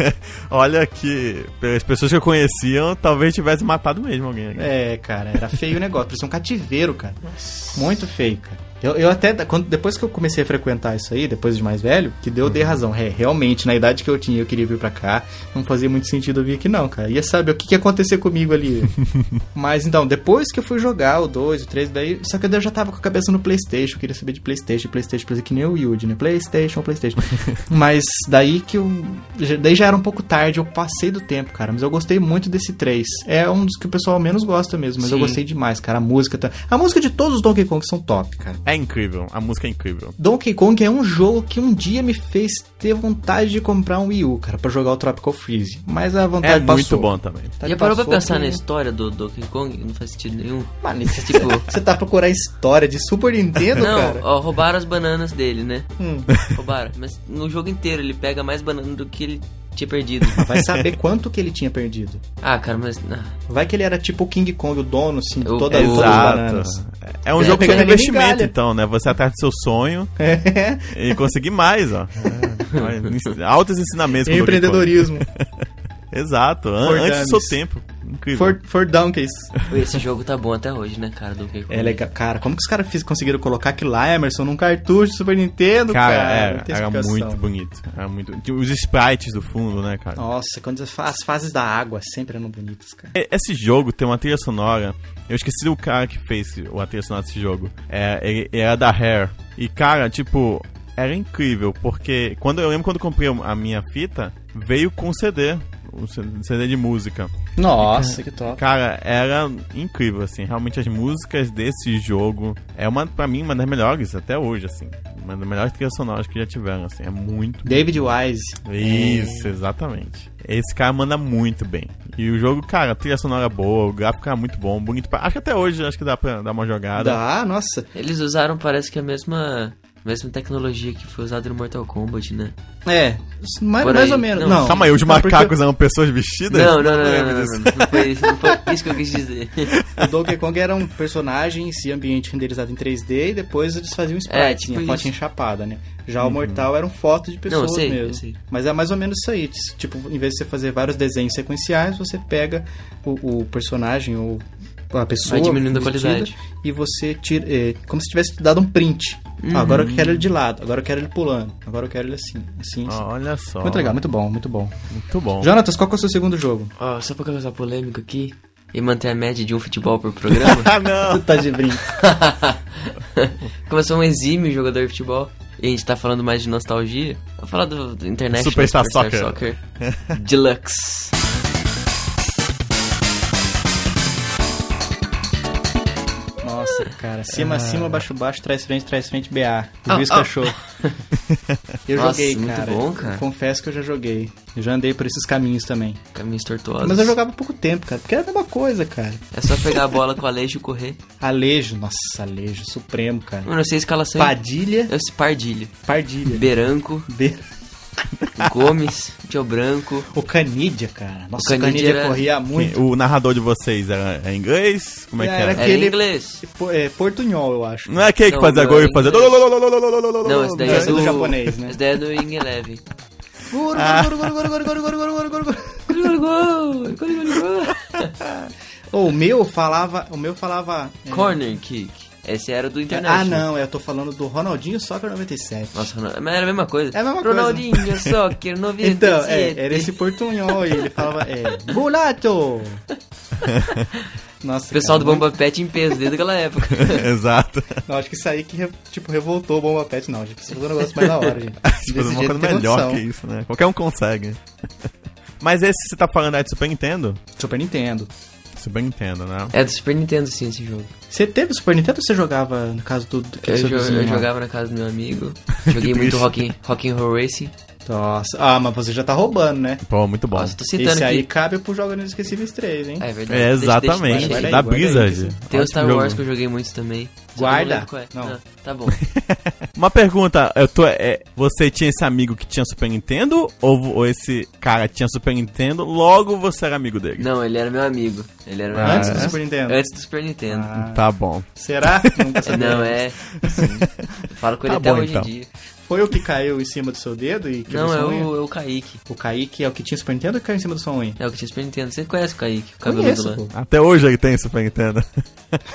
Olha que, pelas pessoas que eu conheciam, talvez tivesse matado mesmo alguém. aqui.
É, cara, era feio o negócio. Parecia um cativeiro, cara. Muito feio, cara. Eu, eu até, quando, depois que eu comecei a frequentar isso aí, depois de mais velho, que deu, eu dei razão. É, realmente, na idade que eu tinha, eu queria vir pra cá. Não fazia muito sentido eu vir aqui, não, cara. Ia saber o que, que ia acontecer comigo ali. Mas então, depois que eu fui jogar o 2, o 3, daí. Só que eu já tava com a cabeça no PlayStation. Eu queria saber de PlayStation, PlayStation, PlayStation, que nem o Yuji, né? PlayStation,
*laughs*
PlayStation. Mas daí que eu. já- Daí já era um pouco tarde, eu passei do tempo, cara. Mas eu gostei muito desse 3. É um dos que o pessoal menos gosta mesmo, mas eu
Sim.
gostei demais, cara. A música tá. A música de todos os Donkey Kong são top, cara.
É incrível, a música é incrível.
Donkey Kong é um jogo que um dia me fez ter vontade de comprar um Wii U, cara, pra jogar o Tropical Freeze. Mas a vontade
É
passou.
muito bom também.
Tá
Já parou pra
passou
pensar
por-
na história do Donkey Kong? Não faz sentido nenhum.
Mano, isso-
*laughs* Tipo.
Você tá procurando história de Super Nintendo,
Não,
cara?
ó, roubaram as bananas dele, né?
Hum.
*laughs* Roubaram. Mas no jogo inteiro ele pega mais banana do que ele tinha *laughs* perdido.
Vai saber quanto que ele tinha perdido.
Ah, cara, mas. ah,
Vai que ele era tipo o King Kong, o dono, assim, de
Eu-
toda, todas as
Exato.
bananas.
É um
É,
jogo
pegando
sobre
a
investimento,
migalha.
então, né? Você atrás do seu sonho
É,
*laughs* e conseguir
*laughs*
mais, ó. É, olha, ens- Altos ensinamentos. com o Donkey Kong.
empreendedorismo.
Exato, an-
For
antes do seu
dummies.
tempo. Incrível.
*laughs* for, for Donkeys.
Esse jogo tá bom até hoje, né, cara? Donkey Kong.
É legal. Cara, como que os caras fiz- conseguiram colocar aquilo lá, Emerson, num cartucho de Super Nintendo, cara?
Cara,
Não
é,
tem
era
explicação.
muito bonito. Era muito... tinha Os sprites do fundo, né, cara?
Nossa, quando as fa- as fases da água sempre eram bonitas, cara.
E- Esse jogo tem uma trilha sonora. Eu esqueci o cara que fez o- a trilha sonora desse jogo. É, ele, ele era da Hair. E, cara, tipo, era incrível, porque quando eu lembro quando eu comprei a minha fita, veio com CD. Um CD de música.
Nossa, que top.
Cara, era incrível, assim. Realmente as músicas desse jogo é uma, pra mim, uma das melhores até hoje, assim. Uma das melhores trilhas sonoras que já tiveram, assim. É muito
David Wise.
isso, exatamente. Esse cara manda muito bem. E o jogo, cara, a trilha sonora boa, o gráfico era muito bom, bonito. pra- Acho que até hoje acho que dá pra dar uma jogada.
Dá, Ah, nossa.
Eles usaram, parece que a mesma. Mesma tecnologia que foi usada no Mortal Kombat, né?
É, mais,
Por
mais
aí.
ou menos.
Não.
Não.
Calma aí, os
Não,
macacos eram pessoas vestidas?
Não, não, não, não,
lembro
não, não,
disso.
não, não foi isso, não *laughs* foi isso que eu quis dizer.
porque O Donkey Kong era um personagem em si, ambiente renderizado em 3D, e depois eles faziam um sprite,
É, tipo
tinha foto
isso.
enchapada, né? Já o Mortal eram fotos de pessoas
Não, eu sei,
mesmo.
eu sei.
Mas é mais ou menos isso aí. t- Tipo, em vez de você fazer vários desenhos sequenciais, você pega o, o personagem ou a pessoa.
Vai diminuindo a
vestida
qualidade.
E você tira. é, como se tivesse dado um print.
Uhum.
Ah, agora eu quero ele de lado, agora eu quero ele pulando, agora eu quero ele assim, assim, assim.
Olha só.
Muito legal, muito bom, muito bom.
Muito bom.
Jonatas, qual que é o seu segundo jogo?
Ó, só pra causar polêmica aqui e manter a média de um futebol *laughs* por programa,
Ah,
*laughs*
não.
tá de brinco.
*laughs* Como eu sou um exímio jogador de futebol e a gente tá falando mais de nostalgia, eu vou falar do, do International
Superstar
Soccer, Deluxe.
Nossa, cara. ah. Cima, cima, baixo, baixo, trás, frente, trás, frente, BA.
Ah,
Juiz
ah. *laughs*
Cachorro. Eu
Nossa,
joguei,
muito
cara.
bom, cara.
Confesso que eu já joguei. Eu já andei por esses caminhos também.
Caminhos tortuosos.
Mas eu jogava pouco tempo, cara. Porque era a mesma coisa, cara.
É só pegar a bola com a Alejo e correr.
Alejo. Nossa, Alejo. Supremo, cara.
Mano, eu sei a escalação. hein?
Padilha.
Eu sei Pardilho.
Pardilha.
Beranco,
*laughs* Beira.
Gomes, *laughs* Tio Branco.
O Canidia, cara. Nossa, o Canidia,
Canidia era-
corria muito.
O narrador de vocês era, é inglês? Como é que
Era
era?
Era
Aquele-
em inglês.
Po- é, portunhol, eu acho.
Não é aquele que
Não,
fazia
não
gol
era
e fazia...
inglês.
Não,
Não, esse daí
não,
é
esse é
do...
do japonês, né?
Esse daí é do Ing Eleven.
Ah. *laughs* Ou o meu falava. O meu falava. é,
Corner Kick. Esse era do internet.
Ah, não, eu tô falando do Ronaldinho Soccer 97.
é Nossa, Ronaldo- mas era a mesma coisa.
É a mesma coisa.
Ronaldinho,
*laughs*
Soccer, 97.
Então, é, era esse portunhol e ele falava, é,
*laughs*
bulato! Nossa,
O pessoal do
cara,
Bomba Pet em peso desde aquela
*laughs*
época.
Exato.
Eu acho que isso aí que, re- tipo, revoltou o Bomba Pet. Não, a gente precisa fazer um negócio mais da hora,
*laughs*
gente. Desse
Fazer uma
jeito
coisa
tem
melhor
condição.
que isso, né? Qualquer um consegue. Mas esse que você tá falando é de Super Nintendo?
Super Nintendo.
Super Nintendo, né?
É do Super Nintendo, sim, esse jogo.
Você teve Super Nintendo ou você jogava, no caso do... do que
Eu,
seu
jo- eu
vizinho lá?
jogava na casa do meu
*laughs*
amigo. Joguei muito
triste.
rock, in- rock and Roll Racing.
Nossa, ah, mas você já tá roubando, né?
Pô, muito bom.
Nossa, tô citando
Esse
aqui.
aí cabe pro Jogo Inesquecíveis 3, hein?
É verdade.
É,
Deixa- deixa- deixa-
exatamente.
deixa aí.
guarda
da
aí, guarda aí,
Blizzard.
que
Tem o Star
Ótimo
Wars que
jogo.
eu joguei muito também. Só que eu
Guarda.
não lembro qual é.
Não.
Ah, tá bom.
Uma pergunta, eu tô, é, você tinha esse amigo que tinha Super Nintendo? Ou, vo- ou esse cara tinha Super Nintendo, logo você era amigo dele?
Não, ele era meu amigo. Ele era meu
Ah,
Antes
amigo.
do
é?
Super Nintendo.
Antes do Super Nintendo.
Ah,
Tá bom. *laughs*
*laughs*
Será? Nunca
É,
saberemos.
Não, é. Sim. Eu falo com ele
Tá
até
bom,
hoje
então.
em dia.
Foi o que caiu em cima do seu dedo e que
não, é
sua unha?
o, é o Kaique.
O Kaique é o que tinha Super Nintendo que caiu em cima do sua unha?
É o que tinha Super Nintendo. Você conhece o Kaique, o cabeludo
Conheço,
lá.
pô.
Até hoje ele tem Super Nintendo. *laughs*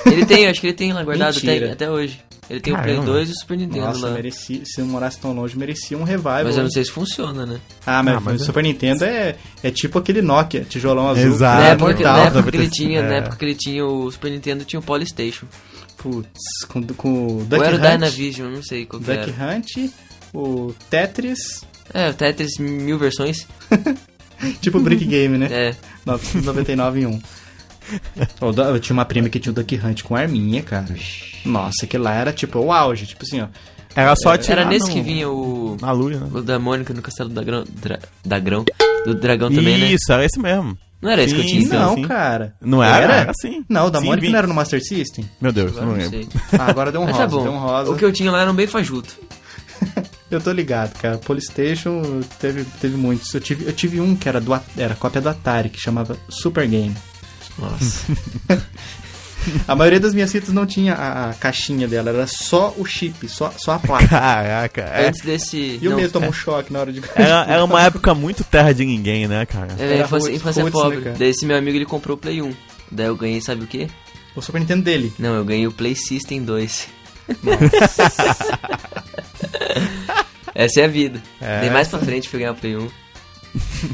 Ele tem, eu acho que ele tem lá guardado
Mentira.
até, até hoje. Ele tem o
Caramba.
Play 2 e o Super Nintendo
Nossa,
lá.
merecia, se eu morasse tão longe, merecia um revival.
Mas eu não sei se funciona, né?
Ah, mas,
Ah, mas
o
eu-
Super Nintendo é, é tipo aquele Nokia, tijolão azul.
Exato. Ah,
na,
né?
época,
mortal.
na
mortal.
época que ele tinha, na
É.
época que ele tinha o Super Nintendo, tinha o Polystation.
Putz, com, com o Duck
Ou era o É.
Hunt,
Dynavision, não sei qual que
Duck
era.
Hunt, o Tetris, *laughs*
É, o Tetris mil versões.
tipo Brick Game, né?
É.
99
*laughs*
em 1. Eu, da- eu tinha uma prima que tinha o Duck Hunt com arminha, cara. Nossa, que lá era tipo o auge, tipo assim, ó.
Era só tirar
Era nesse
no-
que vinha o.
Na luz, né?
O da Mônica no Castelo da Grão. Dra, da Grão. Do Dragão também, né?
Isso, era esse mesmo.
Não era esse que eu tinha,
Sim,
então.
não,
sim.
cara.
Não era? Era sim.
Não, o da
Sim,
Mônica
vi.
não era no Master System?
Meu Deus,
Agora
não
não
lembro.
sei.
Ah, agora deu um
*laughs* Mas
rosa,
tá bom.
deu um rosa.
O que eu tinha lá era um bem fajuto.
Eu tô ligado, cara. Polystation teve, teve muitos. Eu tive, eu tive um que era, do, A- era cópia do Atari, que chamava Super Game.
Nossa.
A maioria das minhas fitas não tinha a, a caixinha dela, era só o chip, só, só a placa.
*laughs* Caraca, é.
Antes desse.
E o
não, é.
mesmo tomou um choque na hora de...
Era, era uma época muito terra de ninguém, né, cara?
É,
Era
infância,
Rhodes-
infância
Rhodes,
pobre.
né, cara?
Daí esse meu amigo ele comprou o Play 1. Daí eu ganhei, sabe o quê?
O Super Nintendo dele.
Não, eu ganhei o Play System 2. *laughs* Essa é a vida.
É.
Daí mais pra frente fui ganhar o Play 1.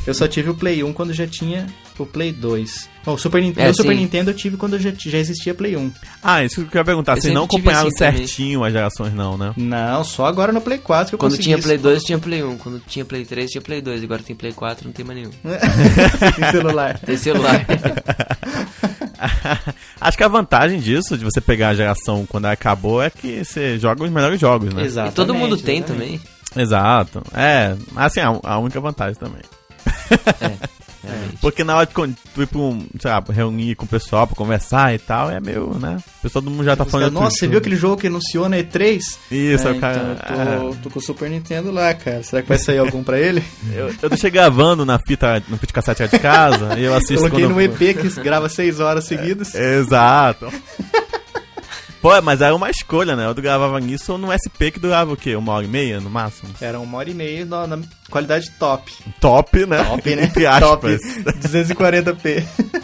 Eu só tive o Play 1 quando já tinha o Play 2. Não, o Super, Nin-
É,
meu Super
sim.
Nintendo eu tive quando já, já existia Play 1.
Ah, isso que eu queria perguntar.
Eu
Vocês não
sempre tive
acompanharam
assim também.
certinho as gerações, não, né?
Não, só agora no Play 4 que eu
Quando
consegui
tinha
isso.
Play 2, tinha Play 1. Quando tinha Play 3, tinha Play 2. Agora tem Play 4, não tem mais nenhum.
*laughs* Sem
*laughs*
celular. *laughs*
Tem celular.
*laughs* Acho que a vantagem disso, de você pegar a geração quando ela acabou, é que você joga os melhores jogos, né?
Exato.
e todo mundo tem também.
Exato. É, assim, a, a única vantagem também.
É.
realmente.
Porque na hora de, con- tipo, sei lá, reunir com o pessoal pra conversar e tal, é meio, né? O pessoal do mundo já tá
Os
falando
caras, Nossa, você viu aquele jogo que anunciou na E3?
Isso,
é,
é o cara...
Então, eu tô, tô com o Super Nintendo lá, cara. Será que vai sair algum pra
*laughs*
ele?
Eu, eu deixei gravando na fita, no fita cassete lá de casa e eu assisto
Coloquei
quando...
no
eu- É.
EP que grava 6
*laughs*
horas seguidas.
Exato. Pô, mas era uma escolha, né? Eu gravava nisso ou no SP que durava o quê? Uma hora e meia, no máximo?
Era uma hora e meia na, na qualidade top.
Top,
*laughs*
né? *laughs*
Top, né?
Entre aspas.
*laughs* Top 240p. *laughs*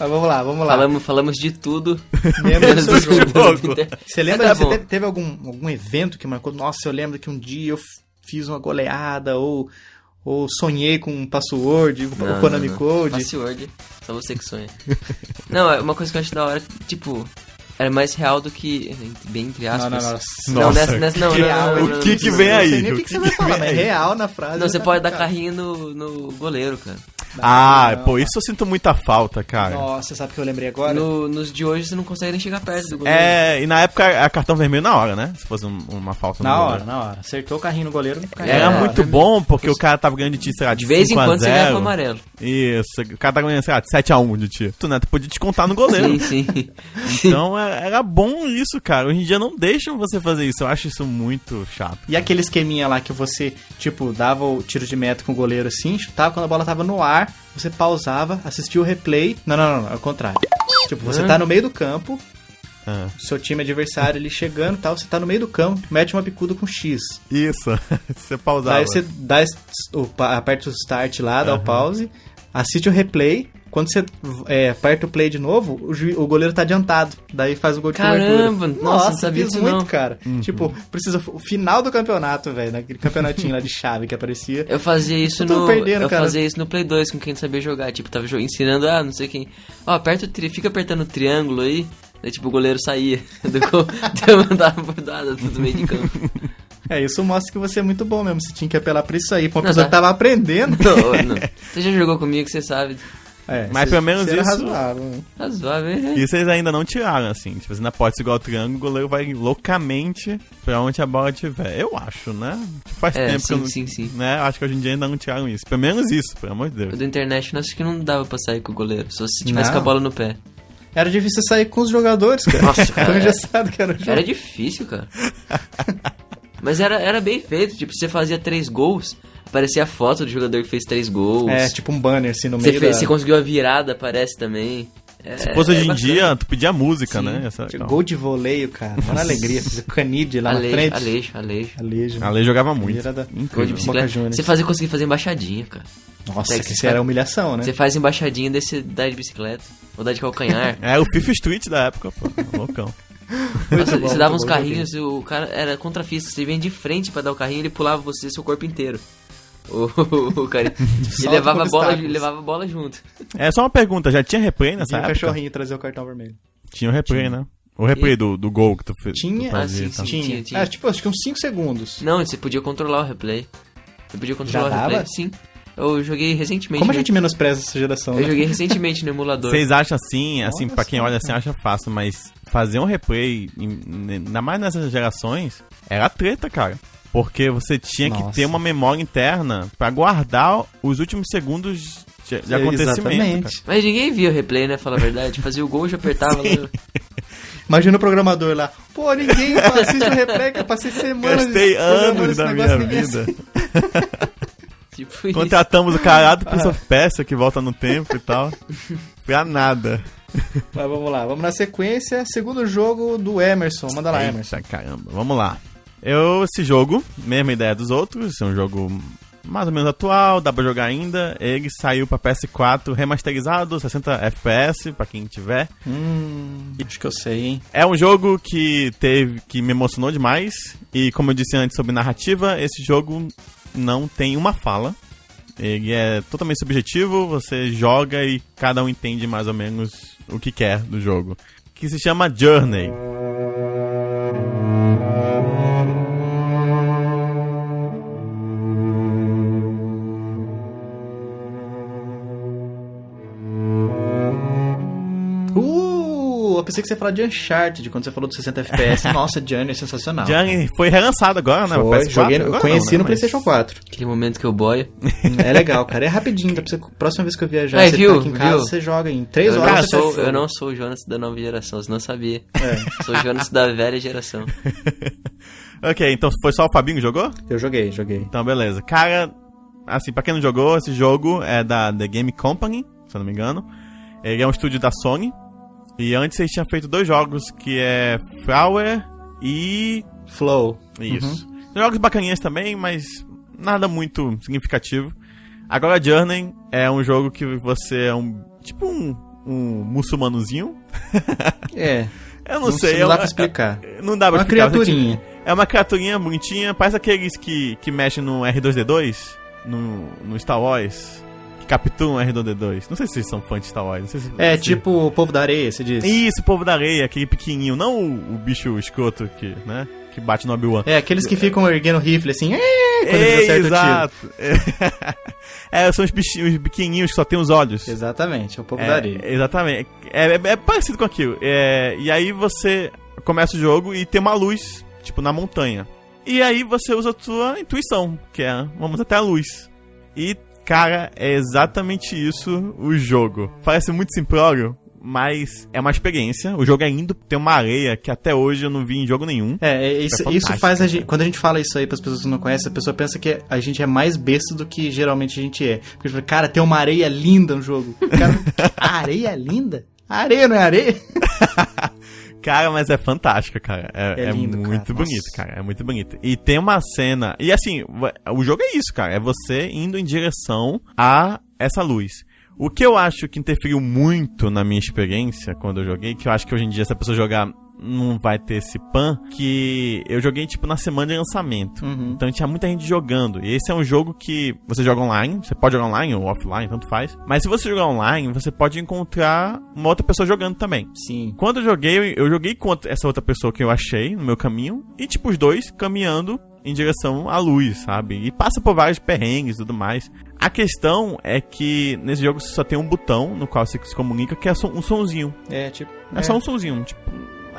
Mas vamos lá, vamos lá.
Falamos, falamos de tudo.
Lembra do
*laughs* menos
seu
do
jogo.
jogo.
Você lembra,
Tá
você
bom.
te- teve algum, algum evento que marcou? Nossa, eu lembro que um dia eu f- fiz uma goleada ou, ou sonhei com um password, o
Não,
Konami
não, não.
Code.
Password, só você que sonha. *laughs* não, é uma coisa que eu acho da hora, tipo, era mais real do que. Bem entre aspas.
Não, não, não.
Não,
Nossa,
nessa, nessa, não,
que
não,
real,
não, não,
hein?
não,
O que
não,
que
não.
vem
Eu não sei
aí,
nem o
Ju?
que, que você
Que
vai
que
falar,
vem
mas é
aí?
real na frase.
Não,
já
você
tá
pode dar
complicado.
carrinho no, no goleiro, cara.
Ah,
não,
pô, isso eu sinto muita falta, cara.
Nossa, sabe o que eu lembrei agora?
No- nos de hoje você não consegue nem chegar perto do goleiro.
É, e na época era cartão vermelho na hora, né? Se fosse um- uma falta no
Na
goleiro.
hora, na hora. Acertou o carrinho no goleiro.
É,
Era
na hora.
muito bom, porque o cara tava ganhando de ti, sei lá, de
De vez em
5 a
quando você
0.
ganha
*laughs*
com amarelo.
Isso, o cara tava ganhando, sei lá, de 7x1 de ti. Tu, né, tu podia descontar no goleiro.
Sim,
*laughs*
sim.
Então é- era bom isso, cara. Hoje em dia não deixam você fazer isso. Eu acho isso muito chato.
E aquele esqueminha lá que você, tipo, dava o tiro de meta com o goleiro assim, chutava quando a bola tava no ar, você pausava, assistia o replay. Não, não, não, não, é o contrário. Tipo, você
Hã?
tá no meio do campo,
Ah,
seu time adversário ali chegando e tal, você tá no meio do campo, mete uma bicuda com X.
Isso, *laughs* é você pausava.
Aí você dá es- o, pa- aperta o start lá, dá o pause, assiste o replay. Quando você é, aperta o play de novo, o, ju- o goleiro tá adiantado. Daí faz o gol de
Caramba,
cobertura.
nossa, não sabia
fiz
disso
muito,
não.
cara.
Uhum.
Tipo, precisa o final do campeonato, velho, naquele campeonatinho lá de chave que aparecia.
*laughs* Eu fazia isso
Eu tô
no.
perdendo,
eu
cara.
fazia isso no Play 2 com quem não sabia jogar. Tipo, tava jo- ensinando, ah, não sei quem. Ó, aperta o tri... fica apertando o triângulo aí. Daí, tipo, o goleiro saía *laughs* do gol. Daí eu mandava mudada tudo meio de campo.
É, isso mostra que você é muito bom mesmo. Você tinha que apelar pra isso aí, pra uma
Não,
pessoa
tá.
que tava aprendendo.
Não, não. *laughs* Você já jogou comigo, você sabe.
É,
Mas
você-
pelo menos
você era
isso-
razoável, né?
Razoável, né?
Isso eles ainda não tiraram, assim. Tipo, assim, na porta igual o triângulo, o goleiro vai loucamente pra onde a bola tiver. Eu acho, né? Tipo, faz
É,
tempo que eu
sim,
não.
sim, sim.
Né? Eu Acho que hoje em dia ainda não tiraram isso. Pelo menos isso, pelo amor de
O
Deus.
do internet, acho que não dava pra sair com o goleiro. Só se tivesse
Não.
com a bola no pé.
Era difícil sair com os jogadores, cara.
Nossa, cara,
Então já
é.
sabe que era o jogo.
Era
*laughs*
difícil, cara. Mas era, era bem feito. Tipo, você fazia três gols, aparecia a foto do jogador que fez três gols.
É, tipo um banner assim no
Você,
meio
fez-
da...
você conseguiu a virada, parece também. É,
Se fosse hoje
é
em
bacana.
dia, tu pedia música,
Sim.
né? Essa,
Tinha Gol de voleio, cara.
*laughs*
Mó na alegria. Fazer canide lá na
Alejo,
frente.
Alejo, Alejo.
Alejo.
A lei jogava muito.
Era da-
Gol de
Incrível.
Boca
bicicleta.
Juniors.
Você fazia, conseguia fazer embaixadinha, cara.
Nossa,
Você-
que isso era humilhação, né?
Você faz embaixadinha e daí você dá de bicicleta. Ou dá de calcanhar.
É o Fifth Street da época,
*laughs*
pô. Loucão.
Nossa,
bom,
você dava uns
muito bom,
carrinhos e o cara era contrafista. Você vinha de frente pra dar o carrinho e ele pulava você seu corpo inteiro. O,
*laughs*
o, *laughs* cara. E
Salto
levava a,
com
bola,
obstáculos.
levava a bola junto.
É só uma pergunta, já tinha replay nessa
Tinha um
época?
cachorrinho trazer o cartão vermelho.
Tinha o replay, né? O replay do, do gol que tu fez.
Tinha?
tu fazia,
Ah, sim,
tá?
sim.
tinha.
tinha, tinha.
É, tipo, acho que uns 5 segundos.
Não, você podia controlar o replay. Você podia controlar
Já
o replay.
dava?
Sim. Eu joguei recentemente.
Como a
no-
gente menospreza essa geração,
Eu
né?
joguei recentemente no emulador.
Vocês acham assim, assim,
Olha
pra quem
só,
olha assim, acha fácil, mas fazer um replay, em- ne- ainda mais nessas gerações, era treta, cara. Porque você tinha
Nossa.
que ter uma memória interna pra guardar os últimos segundos de, de acontecimento. cara.
É, Exatamente.
Mas ninguém via o replay, né? Fala a verdade. Fazia o gol, já apertava. né? lá.
Imagina o programador lá. Pô, ninguém assiste o replay, que eu passei semanas
Gastei
programando
anos
tá esse
da minha
negócio, ninguém
vida.
assiste.
Tipo isso.
Contratamos o caralho
Ah.
do Prince of Persia que volta no tempo
*laughs*
e tal. Pra nada.
Mas vamos lá, vamos na sequência. Segundo jogo do Emerson. Manda lá, Emerson.
Eita, caramba. Vamos lá. Eu, esse jogo, mesma ideia dos outros, é um jogo mais ou menos atual, dá pra jogar ainda. Ele saiu pra PS4 remasterizado, 60 FPS, pra quem tiver.
Hum, acho que eu sei, hein?
É um jogo que teve que me emocionou demais e como eu disse antes sobre narrativa, esse jogo não tem uma fala. Ele é totalmente subjetivo, você joga e cada um entende mais ou menos o que quer do jogo, que se chama Journey.
Uh, eu pensei que você ia falar de Uncharted quando você falou do 60
*laughs*
FPS. Nossa, Journey é sensacional.
Journey foi relançado agora, né?
Foi,
PS4?
joguei, eu
Agora
conheci
não, né?
no PlayStation 4.
Aquele momento que eu boio.
É legal, cara. É rapidinho. Dá pra você, próxima vez que eu viajar,
Aí,
você
É, viu?
tá aqui em casa,
Viu?
você joga em 3
Eu
horas.
não,
você
sou,
tá-
eu não sou o Jonas da nova geração, você não sabia.
É,
Sou o Jonas da velha
*laughs*
geração.
Ok, então foi só o Fabinho que jogou?
eu joguei, joguei.
Então, beleza. Cara, assim, pra quem não jogou, esse jogo é da The Game Company, se eu não me engano. Ele é um estúdio da Sony. E antes eles tinham feito dois jogos, que é Flower e...
Flow.
Isso.
Uhum.
Jogos bacaninhas também, mas nada muito significativo. Agora Journey é um jogo que você é um... Tipo um, um muçulmanozinho. *laughs*
É.
Eu não, tipo
Não
sei. é
dá
uma-
pra explicar.
*laughs* Não dá pra
Uma
explicar, você
criaturinha.
tinha- É uma criaturinha bonitinha, parece aqueles que, que mexem no R2D2, no, no Star Wars, que capturam o R2D2. Não sei se vocês são fãs de Star Wars. Não sei se,
É
se-
tipo o povo da areia, você diz.
Isso, povo da areia, aquele pequenininho, não o, o bicho escroto que, né? Que que bate no Obi-Wan.
É, aqueles que ficam erguendo rifle assim, "É", quando eles
É,
acertam o tiro.
exato. *laughs* É, são os, bichinhos, os biquininhos que só tem os olhos.
Exatamente, é o povo da areia.
É, exatamente. É, é- é parecido com aquilo. É, e aí você começa o jogo e tem uma luz, tipo, na montanha. E aí você usa a sua intuição, que é vamos até a luz. E, cara, é exatamente isso o jogo. Parece muito simplório, mas é uma experiência. O jogo é indo, tem uma areia que até hoje eu não vi em jogo nenhum.
É, é, isso,
É
isso faz a
fantástico,
gente. Quando a gente fala isso aí pras pessoas que não conhecem, a pessoa pensa que a gente é mais besta do que geralmente a gente é. Porque, tipo, cara, tem uma areia linda no jogo. Cara, areia é linda? Areia não é areia?
Cara, mas é fantástica, cara. É,
É
é
lindo, cara. Nossa.
muito bonito, cara. É muito bonito. E tem uma cena. E assim, va- o jogo é isso, cara. É você indo em direção a essa luz. O que eu acho que interferiu muito na minha experiência quando eu joguei, que eu acho que hoje em dia, se a pessoa jogar, não vai ter esse pan, que eu joguei, tipo, na semana de lançamento.
Uhum.
Então tinha muita gente jogando. E esse é um jogo que você joga online, você pode jogar online ou offline, tanto faz. Mas se você jogar online, você pode encontrar uma outra pessoa jogando também.
Sim.
Quando eu joguei, eu joguei com essa outra pessoa que eu achei no meu caminho. E, tipo, os dois caminhando em direção à luz, sabe? E passa por vários perrengues e tudo mais. A questão é que nesse jogo você só tem um botão no qual você se comunica, que é só um sonzinho.
É, tipo.
É, só um sonzinho, tipo.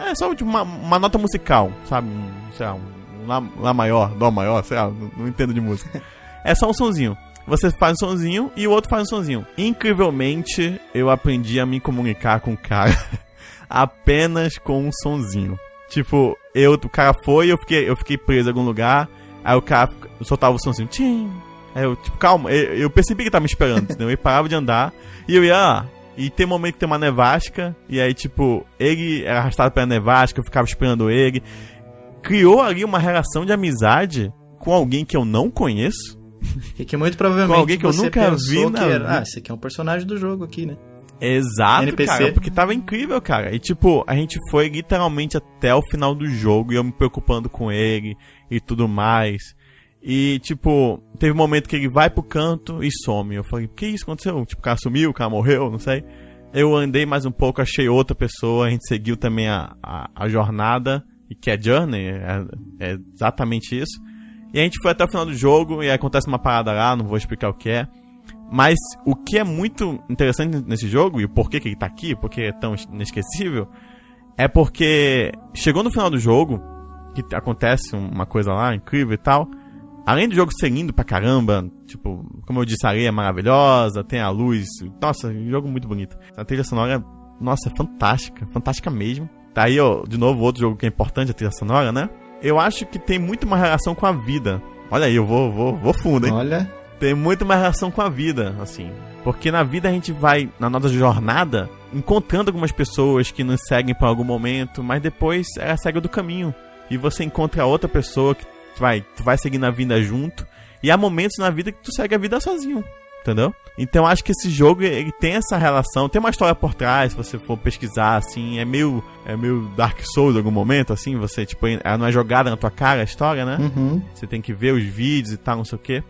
É só tipo, uma, uma nota musical, sabe? Um, sei lá, um lá, lá maior, dó maior, sei lá, não, não entendo de música. é só um sonzinho. Você faz um sonzinho e o outro faz um sonzinho. Incrivelmente, eu aprendi a me comunicar com o cara *laughs* apenas com um sonzinho. Tipo, eu, o cara foi, eu fiquei, eu fiquei preso em algum lugar, aí o cara fica- soltava o sonzinho, tchim. Aí eu, tipo, calma, eu, eu percebi que tava me esperando, *laughs* entendeu? Ele parava de andar e eu ia lá. E tem momento que tem uma nevasca, e aí, tipo, ele era arrastado pela nevasca, eu ficava esperando ele. Criou ali uma relação de amizade com alguém que eu não conheço.
E que muito provavelmente
Com alguém que eu
você
nunca
pensou
vi na
que era-
vida.
Ah, esse aqui é um personagem do jogo aqui, né?
Exato,
NPC.
cara, porque tava incrível, cara. E tipo, a gente foi literalmente até o final do jogo e eu me preocupando com ele e tudo mais. E tipo, teve um momento que ele vai pro canto e some. Eu falei, que isso aconteceu? Tipo, o cara sumiu, o cara morreu, não sei. Eu andei mais um pouco, achei outra pessoa, a gente seguiu também a, a, a jornada, e que é Journey, é- é exatamente isso. E a gente foi até o final do jogo e aí acontece uma parada lá, não vou explicar o que é. Mas o que é muito interessante nesse jogo, e o porquê que ele tá aqui, porque é tão inesquecível, é porque chegou no final do jogo, que t- acontece uma coisa lá incrível e tal. Além do jogo ser lindo pra caramba, tipo, como eu disse, a areia é maravilhosa, tem a luz. Nossa, um jogo muito bonito. A trilha sonora, nossa, é fantástica, fantástica mesmo. Tá aí, ó, de novo, outro jogo que é importante, a trilha sonora, né? Eu acho que tem muito uma relação com a vida. Olha aí, eu vou, vou, vou fundo, hein?
Olha.
tem muito mais relação com a vida, assim. Porque na vida a gente vai, na nossa jornada, encontrando algumas pessoas que nos seguem por algum momento, mas depois ela segue do caminho. E você encontra outra pessoa que vai, tu vai seguindo a vida junto. E há momentos na vida que tu segue a vida sozinho. Entendeu? Então acho que esse jogo ele tem essa relação, tem uma história por trás, se você for pesquisar, assim, é meio. É meio Dark Souls em algum momento, assim, você, tipo, ela não é jogada na tua cara a história, né?
Uhum.
Você tem que ver os vídeos e tal, não sei o quê.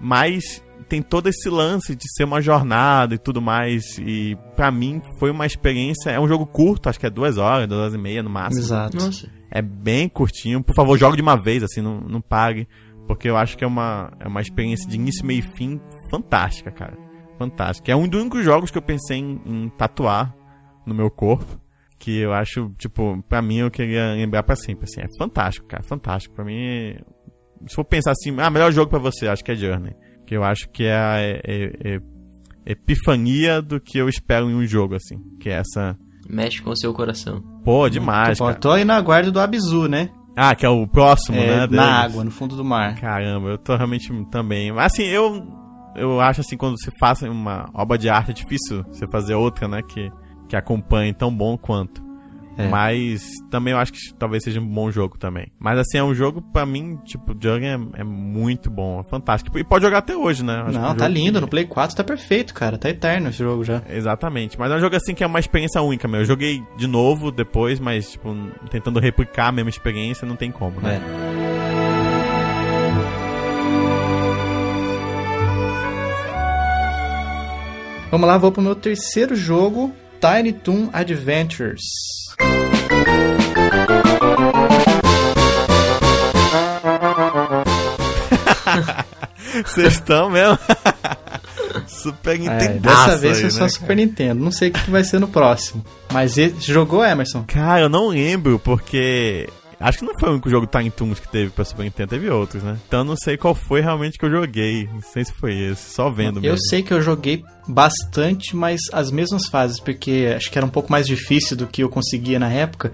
Mas tem todo esse lance de ser uma jornada e tudo mais. E pra mim foi uma experiência. É um jogo curto, acho que é duas horas, duas horas e meia no máximo.
Exato.
Nossa.
É bem curtinho. Por favor, jogue de uma vez, assim, não, não pague. Porque eu acho que é uma, é uma experiência de início, meio e fim fantástica, cara. Fantástica. É um dos únicos jogos que eu pensei em, em tatuar no meu corpo. Que eu acho, tipo, pra mim eu queria lembrar pra sempre, assim. É fantástico, cara. Fantástico. Pra mim, se for pensar assim, ah, melhor jogo pra você, acho que é Journey. Que eu acho que é a é- é- é- epifania do que eu espero em um jogo, assim. Que é essa.
Mexe com o seu coração.
Pô, demais,
Bom,
cara.
Ah, tô aí na guarda do Abzu, né?
Ah, que é o próximo,
É,
né?
na
deles.
água, no fundo do mar.
Caramba, eu tô realmente também. Mas assim, eu eu acho assim quando você faz uma obra de arte é difícil você fazer outra, né, que que acompanhe tão bom quanto.
É.
Mas também eu acho que talvez seja um bom jogo também. Mas assim, é um jogo pra mim, tipo, Jugger é, é muito bom, é fantástico. E pode jogar até hoje, né? Acho que é um
Não,
jogo
tá lindo.
que-
No Play 4 tá perfeito, cara. Tá eterno esse jogo já.
Exatamente. Mas é um jogo assim que é uma experiência única, meu. Eu joguei de novo depois, mas, tipo, tentando replicar a mesma experiência, não tem como, né?
É. Vamos lá, vou pro meu terceiro jogo, Tiny Toon Adventures.
Vocês estão mesmo? *laughs* Super
É,
Nintendo.
dessa vez foi
aí,
só
né,
Super Nintendo. Não sei o que que vai ser no próximo. Mas ele jogou Emerson.
Cara, eu não lembro, porque. Acho que não foi o único jogo Tiny Toons que teve pra Super Nintendo, teve outros, né? Então eu não sei qual foi realmente que eu joguei. Não sei se foi esse, só vendo mesmo.
Eu sei que eu joguei bastante, mas as mesmas fases, porque acho que era um pouco mais difícil do que eu conseguia na época.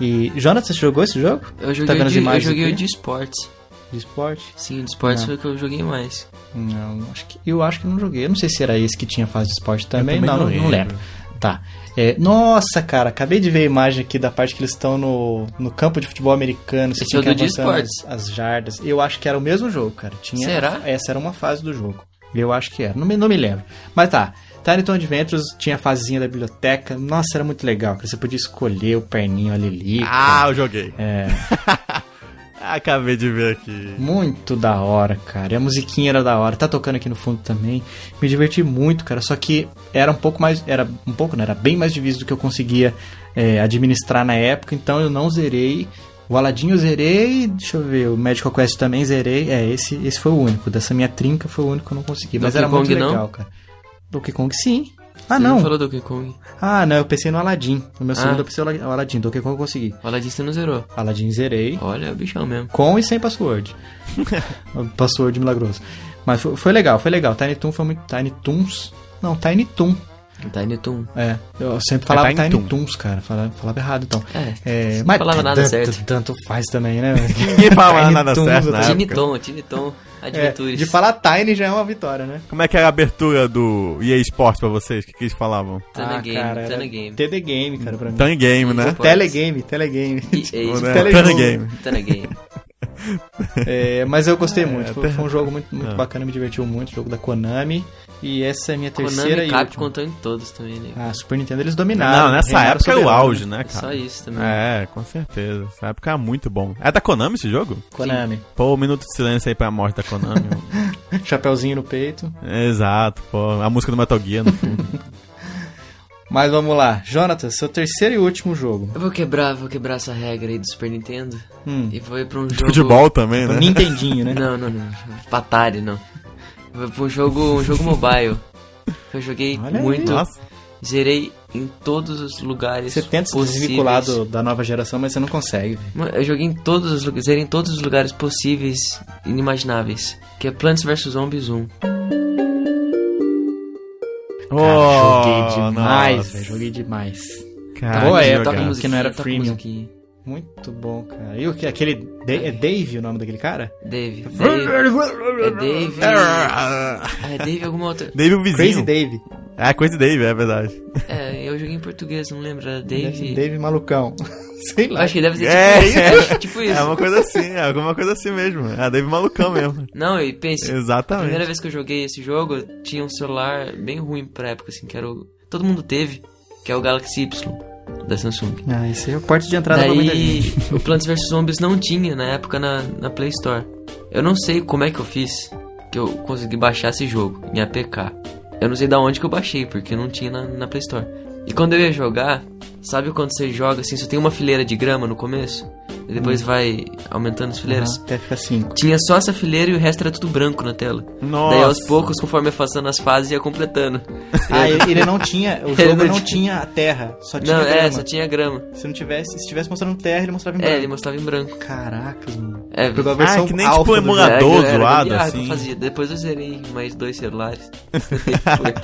E Jonathan, você jogou esse jogo?
Eu
Tá vendo
joguei, o,
as
de, eu
imagens
joguei
aqui?
o de esportes.
De esporte?
Sim, o de esportes
Não.
foi o que eu joguei mais.
Não, acho que, eu acho que não joguei. Eu não sei se era esse que tinha fase de esporte também.
também
não,
não
não, não
lembro.
lembro. Tá. É, nossa, cara, acabei de ver a imagem aqui da parte que eles estão no, no campo de futebol americano. você
Esse é o
fica
do de
avançando
esportes.
As, as jardas. Eu acho que era o mesmo jogo, cara. Tinha,
Será?
Essa era uma fase do jogo. Eu acho que era. Não me, não me lembro. Mas tá. Tarleton Adventures tinha a fazinha da biblioteca. Nossa, era muito legal, cara. Você podia escolher o perninho, a Lili.
Ah, eu joguei. *laughs* Ah,
É.
Acabei de ver aqui.
Muito da hora, cara. E a musiquinha era da hora. Tá tocando aqui no fundo também. Me diverti muito, cara. Só que era um pouco mais. Era um pouco, não, era bem mais difícil do que eu conseguia é, administrar na época. Então eu não zerei. O Aladdin eu zerei. Deixa eu ver. O Medical Quest também zerei. É, esse, esse foi o único. Dessa minha trinca foi o único que eu não consegui. Mas
Donkey
era muito
Kong não?
legal, cara. Donkey Kong sim. Ah,
Você
não.
falou do Donkey Kong.
Ah, não. Eu pensei no Aladdin. No meu
Ah.
segundo eu pensei no Aladdin. Donkey Kong eu consegui.
O Aladdin você não zerou.
Aladdin zerei.
Olha, é o bichão mesmo.
Com e sem password. password milagroso. Mas foi, foi legal, foi legal. Tiny Toon foi muito. Tiny Toons? Não, Tiny Toon.
Tiny Toon.
É. Eu sempre falava
Tiny
Tiny,
Toon.
Toons, cara. Falava, falava errado então.
É.
É,
falava nada
tanto-
certo.
Tanto faz também, né?
Ninguém fala
Tiny
nada
Toons,
certo,
eu
né?
tô-
época.
Tiny Tom, Tiny Tom.
Ah, É,
Adventures.
de falar Tiny já é uma vitória, né?
Como é que era a abertura do EA Sports pra vocês? O que, que eles falavam?
Tana Game,
Ah, era
Tana Game.
TD Game, cara, pra mim.
Tang Game, né?
Pô,
Telegame, telegame.
EA
Né?
Telejogo.
Tang Game.
Tana Game.
É, mas eu gostei muito. Foi,
até-
foi um jogo muito, muito bacana, me divertiu muito. Jogo da Konami. E essa é a minha *laughs* terceira
Konami e
e
Capcom
última.
estão em todos também, né?
Ah, Super Nintendo eles dominaram.
Não, nessa
reinaram
época era o
soberano,
auge, né,
tá.
cara?
Só isso também.
É, com certeza. Essa época era muito bom. É da Konami esse jogo?
Konami.
Pô, um minuto de silêncio aí pra morte da Konami.
*laughs* Chapeuzinho no peito.
Exato, pô. A música do Metal Gear no fundo.
Mas vamos lá. Jonathan, seu terceiro e último jogo.
Eu vou quebrar, vou quebrar essa regra aí do Super Nintendo.
Hum.
E vou ir pra um
De
jogo...
futebol também,
O
né?
Nintendinho, né?
*laughs* Não, não, não. Patari, não. Vou pra um jogo, um jogo mobile. Eu joguei
Olha aí.
muito.
Nossa.
Zerei em todos os lugares
Você tenta se
possíveis.
desvincular do- da nova geração, mas você não consegue.
Mano, Eu joguei em todos os lugares, zerei em todos os lugares possíveis, inimagináveis. Que é Plants vs Zombies 1.
Cara, joguei
Oh,
demais,
nossa.
velho. Joguei é, demais.
Cara,
Boa
Ah, que
época,
jogaço.
música. que não era
toca
freemium.
musiquinha.
Muito bom, cara. E o que? Aquele. Da- é Dave o nome daquele cara?
Dave. Dave.
*laughs*
É Dave. Ah, é Dave alguma outra.
Dave o vizinho.
Crazy Dave.
É, Crazy Dave, é verdade.
É, eu joguei em português, não lembro. Era Dave.
Dave, malucão. *laughs* Sei
Eu
lá.
acho que deve ser
É,
*laughs* tipo,
é.
acho que tipo isso.
É uma coisa assim, é alguma coisa assim mesmo. É Dave
*laughs*
malucão mesmo.
Não, e pense, a
Exatamente.
primeira vez que eu joguei esse jogo, eu tinha um celular bem ruim pra época, assim, que era o... Todo mundo teve, que é o Galaxy Y, da Samsung.
Ah, esse é o porte de entrada pra muita gente.
Daí, o Plants vs Zombies não tinha na época na, na Play Store. Eu não sei como é que eu fiz que eu consegui baixar esse jogo em APK. Eu não sei da onde que eu baixei, porque não tinha na, na Play Store. E quando eu ia jogar, sabe quando você joga assim, só tem uma fileira de grama no começo? E depois vai aumentando as fileiras?
Hum. Aham, Até ficar
*laughs*
5.
Tinha só essa fileira e o resto era tudo branco na tela.
Nossa.
Daí aos poucos, conforme ia passando as fases, ia completando.
Ah, ele ele não tinha. O
Ele
jogo
não
não
tinha.
tinha a terra. Só tinha
Não, é,
grama.
só tinha grama.
Se não tivesse, se tivesse mostrando terra, ele mostrava em branco.
É, ele mostrava em branco.
Caracas, mano.
É,
Pegou a
Ah,
versão
que nem
alfa
tipo
do jogo.
emulador
É, era
zoado,
gambiarra que eu
assim.
fazia. Depois eu zerei mais dois celulares. Foi.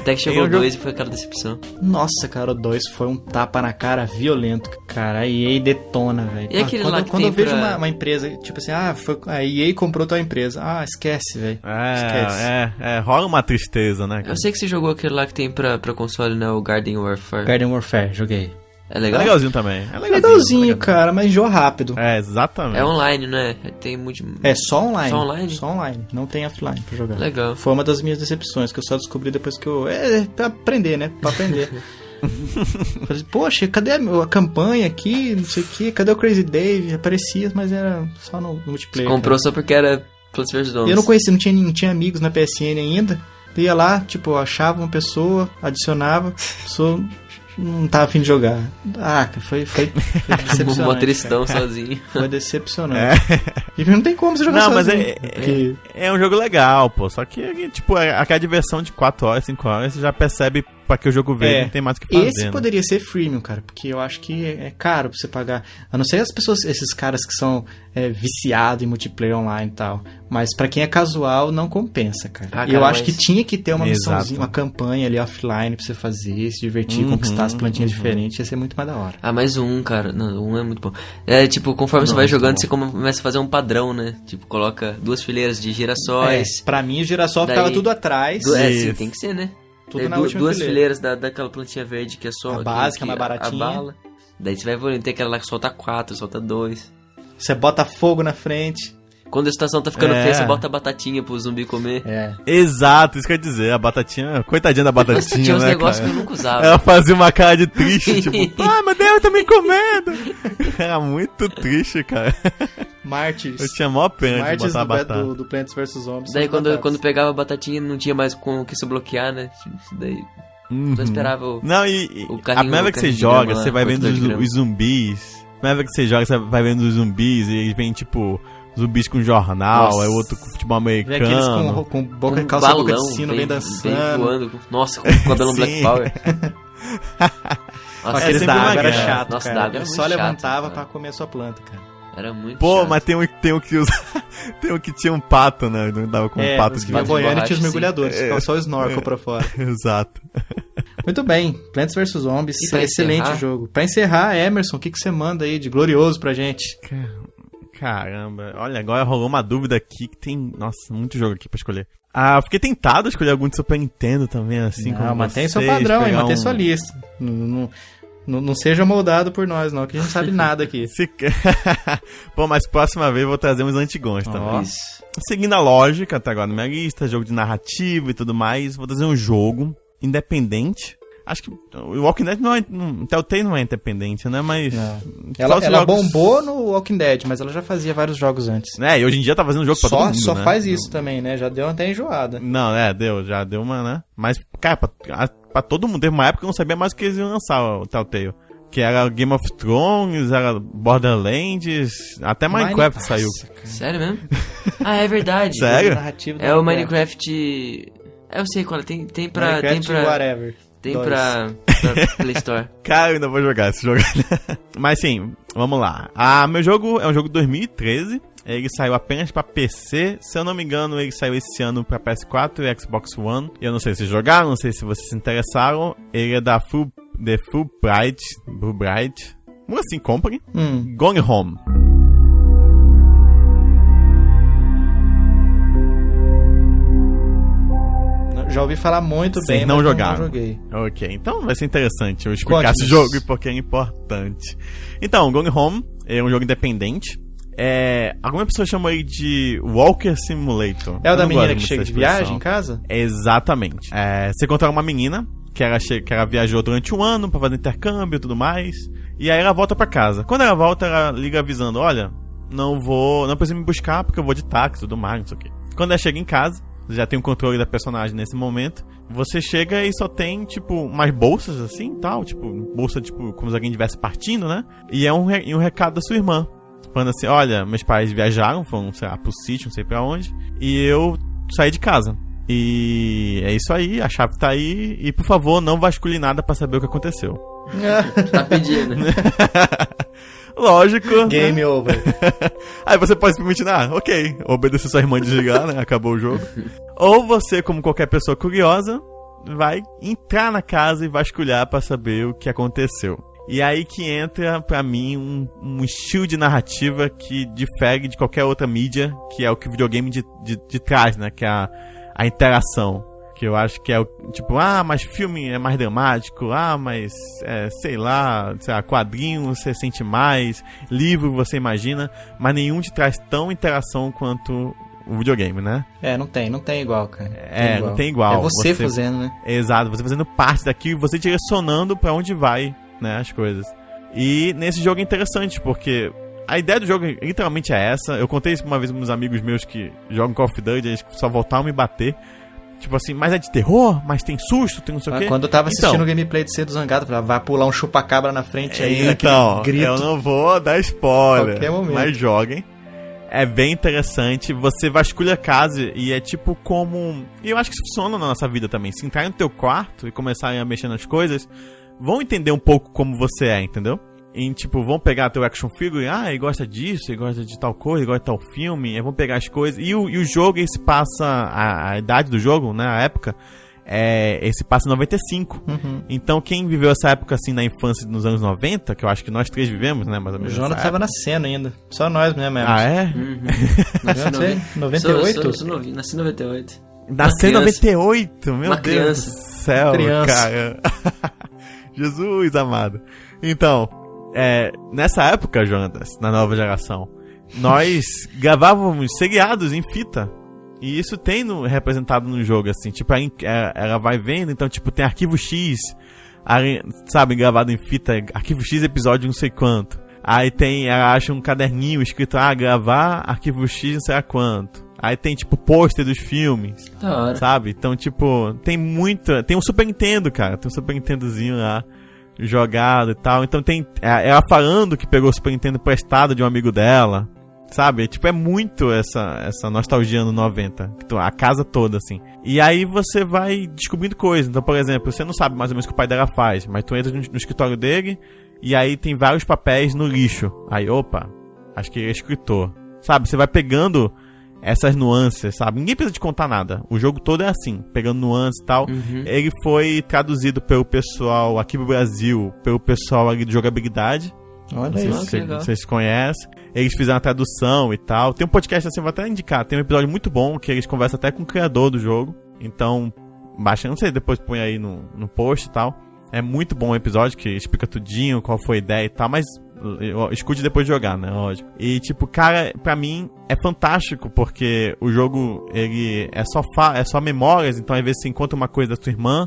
Até que chegou
Eu já-
dois e foi aquela decepção.
Nossa, cara, o 2 foi um tapa na cara violento. Cara, a EA detona, velho.
E
Ah,
aquele
quando,
lá que
Quando
tem
eu vejo
pra-
uma, uma empresa, tipo assim, ah, foi, a EA comprou tua empresa. Ah, esquece, velho. Esquece.
É, é, é, rola uma tristeza, né?
Eu
Cara?
sei que você jogou aquele lá que tem pra, pra console, né? O Garden Warfare.
Garden Warfare, joguei.
É
É
legal?
legalzinho também. É
É
legalzinho.
legalzinho, um cara, mas enjoa rápido.
É, exatamente.
É online, né? Tem muito...
É. só online.
Só online?
Só online. Não tem offline pra jogar.
Legal.
Foi uma das minhas decepções, que eu só descobri depois que eu. É, é pra aprender, né? Pra
*laughs*
aprender. Falei, poxa, cadê a, a campanha aqui? Não sei o que. Cadê o Crazy Dave? Aparecia, mas era só no multiplayer. cara.
Comprou só porque era Plants vs.
E
Zombies.
Eu não
*laughs*
conhecia, não tinha, não tinha amigos na PSN ainda. Eu Ia lá, tipo, eu achava uma pessoa, adicionava, a pessoa não tá afim de jogar. Ah, cara, foi, foi,
*laughs*
foi decepcionante.
Um motoristão
cara.
sozinho.
Foi decepcionante. E não tem como você jogar
É. Não, mas
sozinho,
é- é-
porque-
É um jogo legal, pô. Só que, é, tipo, é aquela diversão de 4 horas, 5 horas, você já percebe pra que o jogo veio,
É.
não tem mais o que fazer.
Esse
né?
poderia ser freemium, cara, porque eu acho que é é caro pra você pagar. A não ser as pessoas, esses caras que são é, viciados em multiplayer online e tal. Mas pra quem é casual, não compensa, cara.
Ah, cara,
eu acho que
mas-
tinha que ter uma
Exato.
missãozinha, uma campanha ali offline pra você fazer, se divertir,
Uhum,
conquistar as plantinhas
uhum.
diferentes, ia ser muito mais da hora.
Ah, mais um, cara. Não, um é muito bom. É, tipo, conforme você
Não,
vai
muito
jogando,
bom.
você come- começa a fazer um padrão, né? Tipo, coloca duas fileiras de girassóis.
É, pra mim, o girassol
Daí-
ficava tudo atrás,
Du- É, sim,
Isso.
tem que ser, né?
tudo
Daí
na
du-
última
duas
fileira.
fileiras da, daquela plantinha verde que é só.
A
que-
básica, mais
a-
baratinha.
A, bala. Daí você vai evoluindo, tem aquela lá que solta quatro, solta dois.
Você bota fogo na frente.
Quando a situação tá ficando
É.
feia, você bota a batatinha pro zumbi comer.
É.
Exato, isso que eu ia dizer. A batatinha, coitadinha da *laughs*
Mas
batatinha,
tinha uns
né,
negócios
cara?
que eu nunca usava.
Ela fazia uma cara de
*laughs*
triste, tipo, ai meu Deus, eu tô me comendo. *laughs* Era muito triste, cara.
Martins.
Eu tinha mó pena de
Martins
botar a
do,
batata.
do, do Plants vs. Zombies.
Daí
são
quando,
fantástico.
quando pegava a batatinha não tinha mais com o que se bloquear, né? Daí
Uhum.
não esperava o...
Não, e, e
O carrinho-
a primeira vez que você
o carrinho de
joga,
grama
você
lá,
vai vendo os,
42 gramas.
os zumbis. A primeira vez que você joga, você vai vendo os zumbis e vem, tipo, zumbis com jornal,
Nossa.
aí outro com futebol
Vem aqueles com,
americano.
ro- com boca,
um
calça boca
balão
de sino, vem
bem- bem
dançando.
voando. Nossa, com o
*laughs*
cabelo
Sim.
Black Power. Nossa,
Aqueles
sempre
da
uma
água era
guerra.
chato,
Nossa,
cara.
da água era
né? Eu
muito
só
chato,
levantava
cara.
pra comer a sua planta, cara.
Era muito
Pô,
chato.
mas tem um, tem um que usa. *laughs* tem um que tinha um pato, né? Não dava com um pato
os
de
que iam
de
boiando e
borracha,
É, tinha os
sim.
mergulhadores, ficava só o snorkel pra fora.
*laughs* Exato.
*laughs* Muito bem, Plants vs Zombies,
E pra
excelente
encerrar?
jogo. Pra encerrar, Emerson, o que, que você manda aí de glorioso pra gente?
Caramba, olha, agora rolou uma dúvida aqui que tem. Nossa, muito jogo aqui pra escolher. Ah, eu fiquei tentado a escolher algum de Super Nintendo também, assim
não,
como.
mantém seu
vocês,
padrão, hein,
pegar
mantém
um-
sua lista. Não, não, não- não seja moldado por nós, não, que a gente não sabe nada
*laughs*
aqui.
Se- *laughs* Pô, mas próxima vez eu vou trazer uns antigões também.
Ó.
Isso.
Seguindo a lógica, tá agora na minha lista, jogo de narrativa e tudo mais, vou trazer um jogo independente. Acho que o Walking Dead não é. Não, Telltale não é independente, né? Mas.
Não.
só
É. Ela,
os
ela
jogos-
bombou no Walking Dead, mas ela já fazia vários jogos antes.
Né? E hoje em dia tá fazendo jogo pra todo
Só,
mundo.
só
né?
faz isso também, né? Já deu até enjoada.
Não, é, deu, já deu uma, né? Mas, cara, pra, a- pra todo mundo, teve uma época que eu não sabia mais o que eles iam lançar, o Telltale. Que era Game of Thrones, era Borderlands, até Minecraft
Mine-
saiu.
Nossa, cara.
Sério mesmo? Ah, é verdade.
Sério?
Jogo narrativo do
É o Minecraft... É, eu sei qual é. Tem, tem pra...
Minecraft
Tem pra...
whatever.
Tem
dois.
pra, pra Play Store.
Cara, eu ainda vou jogar esse jogo. *laughs* Mas sim, vamos lá. Ah, meu jogo é um jogo de 2013. Ele saiu apenas pra PC. Se eu não me engano, ele saiu esse ano pra PS4 e Xbox One. Eu não sei se jogaram, não sei se vocês se interessaram. Ele é da Full, The Full Bright. Full Bright. Como assim, compre.
Hum.
Gone Home.
Já ouvi falar muito
Sim,
bem,
não
mas
jogaram.
não joguei.
Ok, então vai ser interessante eu explicar
Conte-nos.
esse jogo e porque é importante. Então, Gone Home é um jogo independente. É, alguma pessoa chamou ele de Walker Simulator.
É o
Eu
da
não
menina
gosto
que chega
muito
de
dessa expressão.
viagem em
*laughs*
casa?
Exatamente. É, você encontra uma menina que ela, che- que ela viajou durante um ano pra fazer intercâmbio e tudo mais. E aí ela volta pra casa. Quando ela volta, ela liga avisando: Olha, não vou. Não precisa me buscar porque eu vou de táxi e tudo mais, não sei o quê. Quando ela chega em casa, você já tem o controle da personagem nesse momento. Você chega e só tem, tipo, umas bolsas assim tal. Tipo, bolsa, tipo, como se alguém estivesse partindo, né? E é um, re- e um recado da sua irmã. Falando assim: Olha, meus pais viajaram, foram, sei lá, pro sítio, não sei pra onde. E eu saí de casa. E é isso aí, a chave tá aí. E por favor, não vasculhe nada pra saber o que aconteceu.
*laughs* Tá pedindo.
Lógico. né?
Game over.
Aí você pode simplesmente, ah, ok, obedecer sua irmã de desligar, né? Acabou o jogo. Ou você, como qualquer pessoa curiosa, vai entrar na casa e vasculhar pra saber o que aconteceu. E aí que entra, pra mim, um, um estilo de narrativa que difere de qualquer outra mídia, que é o que o videogame de, de, de trás, né? Que é a, a interação. Que eu acho que é o tipo, ah, mas filme é mais dramático, ah, mas é, sei lá, sei lá, quadrinho você sente mais, livro você imagina, mas nenhum te traz tão interação quanto o videogame, né?
É, não tem, não tem igual, cara.
É, não tem igual.
É você,
Você-
fazendo, né?
É Exato, você fazendo parte daquilo e você direcionando pra onde vai, né, as coisas. E nesse jogo é interessante, porque a ideia do jogo literalmente é essa. Eu contei isso uma vez para uns amigos meus que jogam Call of Duty, eles só voltavam a me bater. Tipo assim, mas é de terror, mas tem susto, tem não sei o quê.
Quando eu tava assistindo o
então,
gameplay de Cedo Zangado, eu falava, vai pular um chupacabra na frente aí,
então,
aquele grito.
eu não vou dar spoiler,
Qualquer momento.
mas joguem. É bem interessante, você vasculha a casa e é tipo como... E eu acho que isso funciona na nossa vida também. Se entrar no teu quarto e começarem a mexer nas coisas, vão entender um pouco como você é, entendeu? Em tipo, vão pegar teu action figure, ah, ele gosta disso, ele gosta de tal coisa, ele gosta de tal filme, aí vão pegar as coisas. E o, e o jogo, ele se passa, a, a idade do jogo, né, a época, é, ele se passa em 95.
Uhum.
Então, quem viveu essa época assim na infância nos anos 90, que eu acho que nós três vivemos, né, mais ou
O
menos.
Jonathan
essa
tava Hum.
época.
nascendo ainda. Só nós mesmo, né, éramos.
Ah, é?
Uhum. *laughs*
Eu não sei,
Sou,
98?
sou, sou novinho, nasci em 98.
Nasceu em
criança.
98, meu
Uma
Deus
criança.
do céu,
Criança.
cara. *laughs* Jesus amado. Então, é, nessa época, Jonas, na nova geração, nós gravávamos seriados em fita. E isso tem no- representado no jogo, assim. Tipo, aí, é, ela vai vendo, então, tipo, tem arquivo X, aí, sabe, gravado em fita, arquivo X, episódio não sei quanto. Aí tem, ela acha um caderninho escrito, ah, gravar arquivo X não sei a quanto. Aí tem, tipo, pôster dos filmes
Da hora.
sabe? Então, tipo, tem muita. Tem um Super Nintendo, cara. Tem um Super Nintendozinho lá jogado e tal. Então tem. é- Ela falando que pegou o Super Nintendo emprestado de um amigo dela. Sabe? Tipo, é muito essa, essa nostalgia no 90. que tu- A casa toda, assim. E aí você vai descobrindo coisas. Então, por exemplo, você não sabe mais ou menos o que o pai dela faz, mas tu entra no, no escritório dele e aí tem vários papéis no lixo. Aí, opa, acho que ele é escritor. Sabe? Você vai pegando essas nuances, sabe? Ninguém precisa te contar nada. O jogo todo é assim, pegando nuances e tal. Ele foi traduzido pelo pessoal aqui do Brasil, pelo pessoal ali de jogabilidade.
Olha
Não sei
isso.
Ah, que
se você-
legal.
vocês conhecem. Eles fizeram a tradução e tal. Tem um podcast assim, eu vou até indicar. Tem um episódio muito bom que eles conversam até com o criador do jogo. Então, baixa, não sei, depois põe aí no, no post e tal. É muito bom o episódio que explica tudinho, qual foi a ideia e tal, mas ó, escute depois de jogar, né? Lógico. E tipo, cara, pra mim é fantástico porque o jogo ele é só fa é só memórias, então às vezes você encontra uma coisa da sua irmã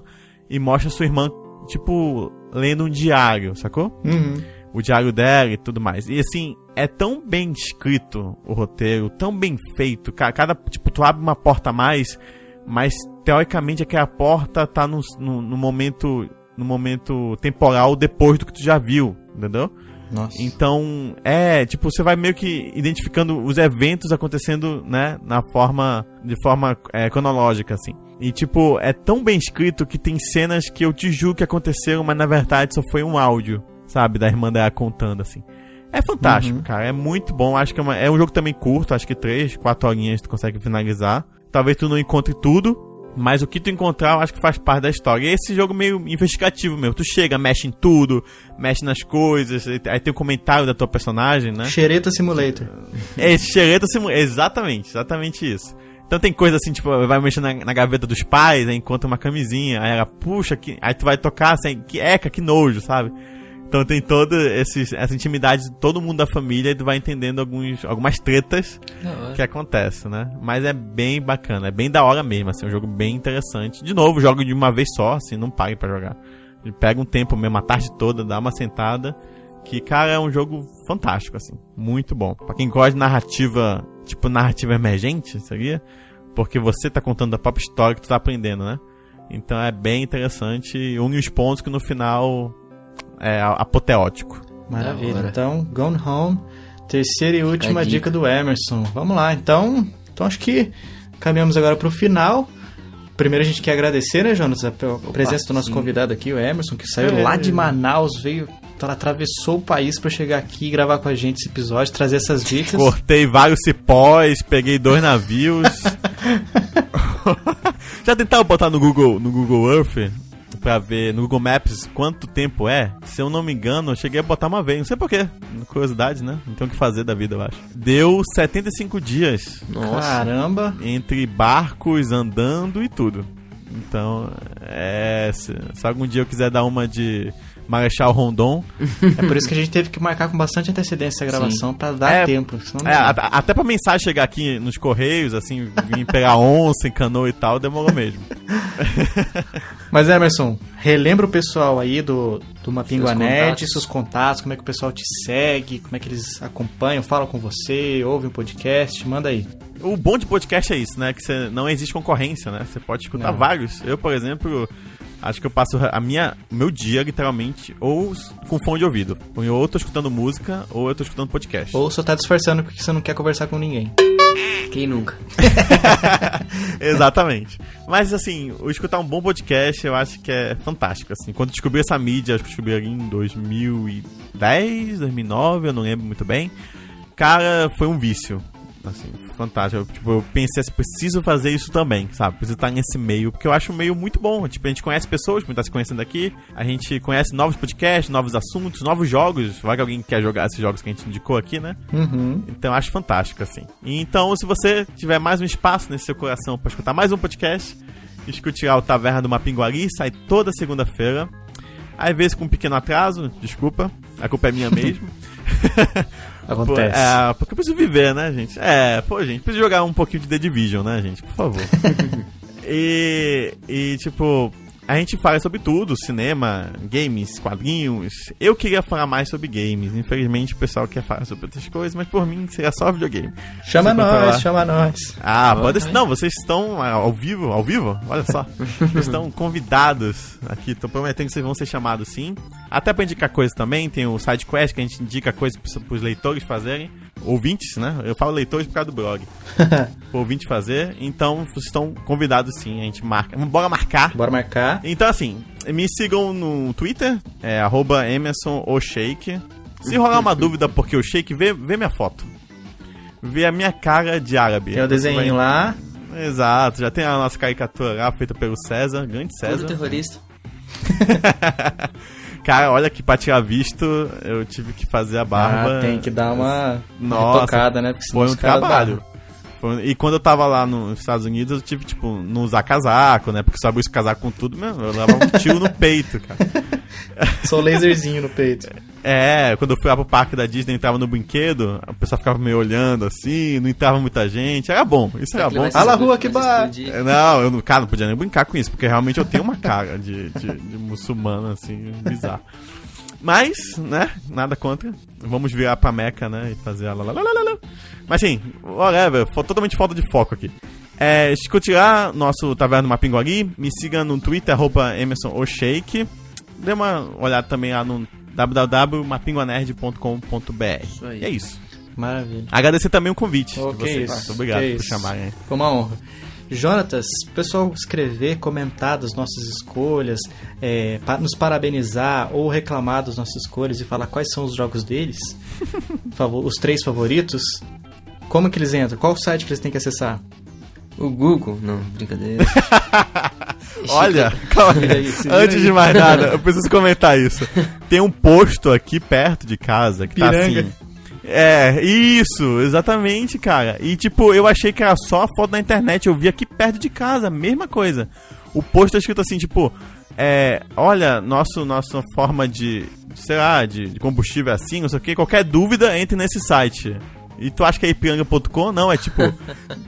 e mostra a sua irmã tipo lendo um diário, sacou?
Uhum.
o diário dela e tudo mais. E assim, é tão bem escrito o roteiro, tão bem feito. Ca- Cada, tipo, tu abre uma porta a mais, mas teoricamente aquela porta tá no, no, no momento no momento temporal depois do que tu já viu, entendeu?
Nossa.
Então, é, tipo, você vai meio que identificando os eventos acontecendo, né, na forma, de forma é, cronológica, assim. E, tipo, é tão bem escrito que tem cenas que eu te juro que aconteceram, mas na verdade só foi um áudio, sabe, da irmã dela contando, assim. É fantástico, cara, é muito bom, acho que é, uma- é um jogo também curto, acho que três, quatro horinhas tu consegue finalizar. Talvez tu não encontre tudo, mas o que tu encontrar, eu acho que faz parte da história. E esse jogo meio investigativo meu. Tu chega, mexe em tudo, mexe nas coisas, aí tem o comentário da tua personagem, né?
Xereta Simulator.
*laughs* É, xereta simu... Exatamente, exatamente isso. Então tem coisa assim, tipo, vai mexer na, na gaveta dos pais, aí encontra uma camisinha, aí ela puxa, que... aí tu vai tocar assim, que eca, que nojo, sabe? Então tem toda esses- essa intimidade de todo mundo da família e tu vai entendendo alguns, algumas tretas
Da hora.
que acontece, né? Mas é bem bacana, é bem da hora mesmo, assim, é um jogo bem interessante. De novo, jogo de uma vez só, assim, não pague pra jogar. Pega um tempo mesmo, a tarde toda, dá uma sentada, que, cara, é um jogo fantástico, assim, muito bom. Pra quem gosta de narrativa, tipo, narrativa emergente, seria? Porque você tá contando a própria história que tu tá aprendendo, né? Então é bem interessante, e une os pontos que no final é apoteótico.
Maravilha.
Da hora.
Então, Gone Home, terceira e última
a
dica.
dica.
do Emerson. Vamos lá, então. Então acho que caminhamos agora pro final. Primeiro a gente quer agradecer, né, Jonas, a a presença do nosso
sim.
convidado aqui, o Emerson, que saiu
É.
lá de Manaus, veio, tra- atravessou o país pra chegar aqui e gravar com a gente esse episódio, trazer essas dicas.
Cortei vários cipós, peguei dois navios. Já tentaram botar no Google, no Google Earth pra ver no Google Maps quanto tempo é? Se eu não me engano, eu cheguei a botar uma vez, não sei porquê. Curiosidade, né? Não tem o que fazer da vida, eu acho. Deu 75 dias
Nossa.
Caramba.
entre barcos, andando e tudo. Então, é. Se, se algum dia eu quiser dar uma de Marechal Rondon,
É por isso que a gente teve que marcar com bastante antecedência essa gravação pra dar
É,
tempo. Senão não
É,
dá.
a- a- até pra mensagem chegar aqui nos correios, assim, vir pegar onça em canoa e tal, demorou mesmo.
Mas Emerson, relembra o pessoal aí do, do Mapingua
Seus
Nerd,
contatos.
seus contatos, como é que o pessoal te segue, como é que eles acompanham, falam com você, ouvem o podcast, manda aí.
*laughs* O bom de podcast é isso, né? Que você não existe concorrência, né? Você pode escutar
Não.
vários. Eu, por exemplo, acho que eu passo a minha, meu dia, literalmente, ou s- com fone de ouvido. Ou eu tô escutando música, ou eu tô escutando podcast.
Ou só tá disfarçando porque você não quer conversar com ninguém. Ah.
Quem nunca?
*laughs* Exatamente. Mas, assim, o escutar um bom podcast eu acho que é fantástico, assim. Quando eu descobri essa mídia, acho que eu descobri ali em 2010, 2009, eu não lembro muito bem. Cara, foi um vício. Assim, fantástico. Eu, tipo, eu pensei assim, preciso fazer isso também, sabe? Preciso estar nesse meio, porque eu acho um meio muito bom. Tipo, a gente conhece pessoas, como tá se conhecendo aqui, a gente conhece novos podcasts, novos assuntos, novos jogos. Vai que alguém quer jogar esses jogos que a gente indicou aqui, né?
Uhum.
Então eu acho fantástico, assim. Então, se você tiver mais um espaço nesse seu coração pra escutar mais um podcast, escute lá o Taverna do Mapinguari, sai toda segunda-feira. Às vezes com um pequeno atraso, desculpa, a culpa é minha mesmo. Pô,
Acontece.
é, porque eu preciso viver, né, gente? É, pô, gente, preciso jogar um pouquinho de The Division, né, gente? Por favor. e, e, tipo, a gente fala sobre tudo: cinema, games, quadrinhos. Eu queria falar mais sobre games. Infelizmente, o pessoal quer falar sobre outras coisas, mas por mim seria só videogame.
Chama
Você foi pra lá.
nós, chama nós.
Ah, pode.
ai.
Não, vocês estão ah, ao vivo, ao vivo? Olha só. vocês
*laughs*
estão convidados aqui. Tô prometendo que vocês vão ser chamados sim. Até pra indicar coisas também, tem o side quest que a gente indica coisas pros, pros leitores fazerem. Ouvintes, né? Eu falo leitores por causa
*laughs*
do blog. Pro ouvinte fazer. Então, vocês estão convidados sim, a gente marca. Bora marcar.
Bora marcar.
Então, assim, me sigam no Twitter, é arroba Emerson o Shake. Se rolar
*laughs*
uma dúvida porque o Shake, vê, vê minha foto. Vê a minha cara de árabe.
Tem o
Vai-
desenho lá.
Exato, já tem a nossa caricatura lá, feita pelo César, grande
Tá
Todo
César.
terrorista.
Cara, olha que pra tirar visto, eu tive que fazer a barba.
Ah, tem que dar uma
Nossa,
tocada, né? Porque senão
Foi um
os caras
trabalho.
barram.
Foi um- E quando eu tava lá nos Estados Unidos, eu tive, tipo, não usar casaco, né? Porque se eu abrisse o casaco com tudo, mesmo, eu levava um tiro no peito, cara.
*laughs* Só o laserzinho no peito.
É, quando eu fui lá pro parque da Disney, entrava no brinquedo, o pessoal ficava meio olhando assim, não entrava muita gente. Era bom, isso era
Aquele
bom.
vai se
Ah lá,
explodir,
rua, que
vai se
bar-
explodir.
É, Não, eu não, cara, não podia nem brincar com isso, porque realmente eu tenho uma cara de, de, de muçulmano, assim, bizarro. Mas, né, nada contra. Vamos virar pra Meca, né, e fazer a lalalala. Mas sim, whatever, fo- totalmente falta de foco aqui. É, escute lá nosso Taverna Mapinguari, me siga no Twitter, arroba Emerson Oshake. Dê uma olhada também lá no www.mapinguanerd.com.br.
aí.
E é isso.
Maravilha.
Agradecer também o convite
Oh,
de
que
vocês. tá?
isso,
Obrigado
que
por
isso.
chamarem. aí.
Foi uma honra. Jonatas, pessoal escrever, comentar das nossas escolhas, é, pa- nos parabenizar ou reclamar das nossas escolhas e falar quais são os jogos
*laughs*
deles, favor- os três favoritos, como que eles entram? Qual o site que eles têm que acessar?
O Google? Não,
*laughs*
brincadeira.
Olha, calma
Vira
aí. *laughs*
aí, se vira
Antes de
aí.
mais nada, eu preciso comentar isso. Tem um posto aqui perto de casa que
Piranga.
tá assim. É, isso, exatamente, cara. E tipo, eu achei que era só a foto na internet. Eu vi aqui perto de casa, mesma coisa. O posto tá escrito assim, tipo, é, olha, nosso, nossa forma de, sei lá, de, de combustível é assim, não sei o que. Qualquer dúvida, entre nesse site. E tu acha que é ipiranga.com? Não, é tipo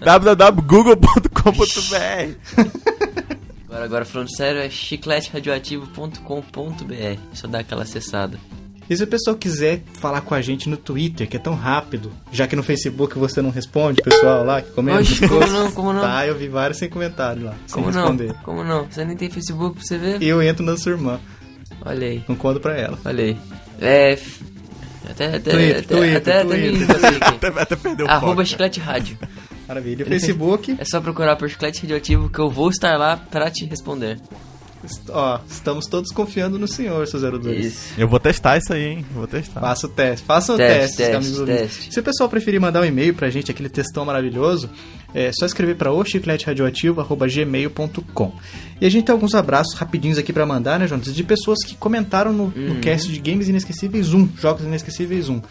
www.google.com.br.
Agora, agora falando sério, é chicleteradioativo.com.br. Só dá aquela acessada.
E se o pessoal quiser falar com a gente no Twitter, que é tão rápido, já que no Facebook você não responde, o pessoal lá que comenta. *laughs*
Oxe, como não, como não?
Tá, eu vi vários sem comentário lá, sem
Como não?
responder.
Como não? Você nem tem Facebook pra você ver?
Eu entro na sua irmã,
Olha aí,
não conto pra ela.
olha aí. É. f- Até, até,
Twitter,
até,
Twitter,
até,
Twitter.
até me passei aqui.
*laughs* Até, até perdeu o foco.
Arroba Chiclete Rádio.
Maravilha. E Facebook,
É só procurar por Chiclete Radioativo que eu vou estar lá pra te responder.
est- ó, estamos todos confiando no senhor, seu 02.
Isso.
Eu vou testar isso aí, hein? Vou testar.
Faça o teste, faça o
Teste,
teste,
teste,
amigos ouvintes.
teste.
Se o pessoal preferir mandar um e-mail pra gente, aquele textão maravilhoso, é só escrever pra ochicleteradioativo.gmail.com. E a gente tem alguns abraços rapidinhos aqui pra mandar, né, Jonas? De pessoas que comentaram no, no
Uhum.
cast de Games Inesquecíveis 1, Jogos Inesquecíveis 1.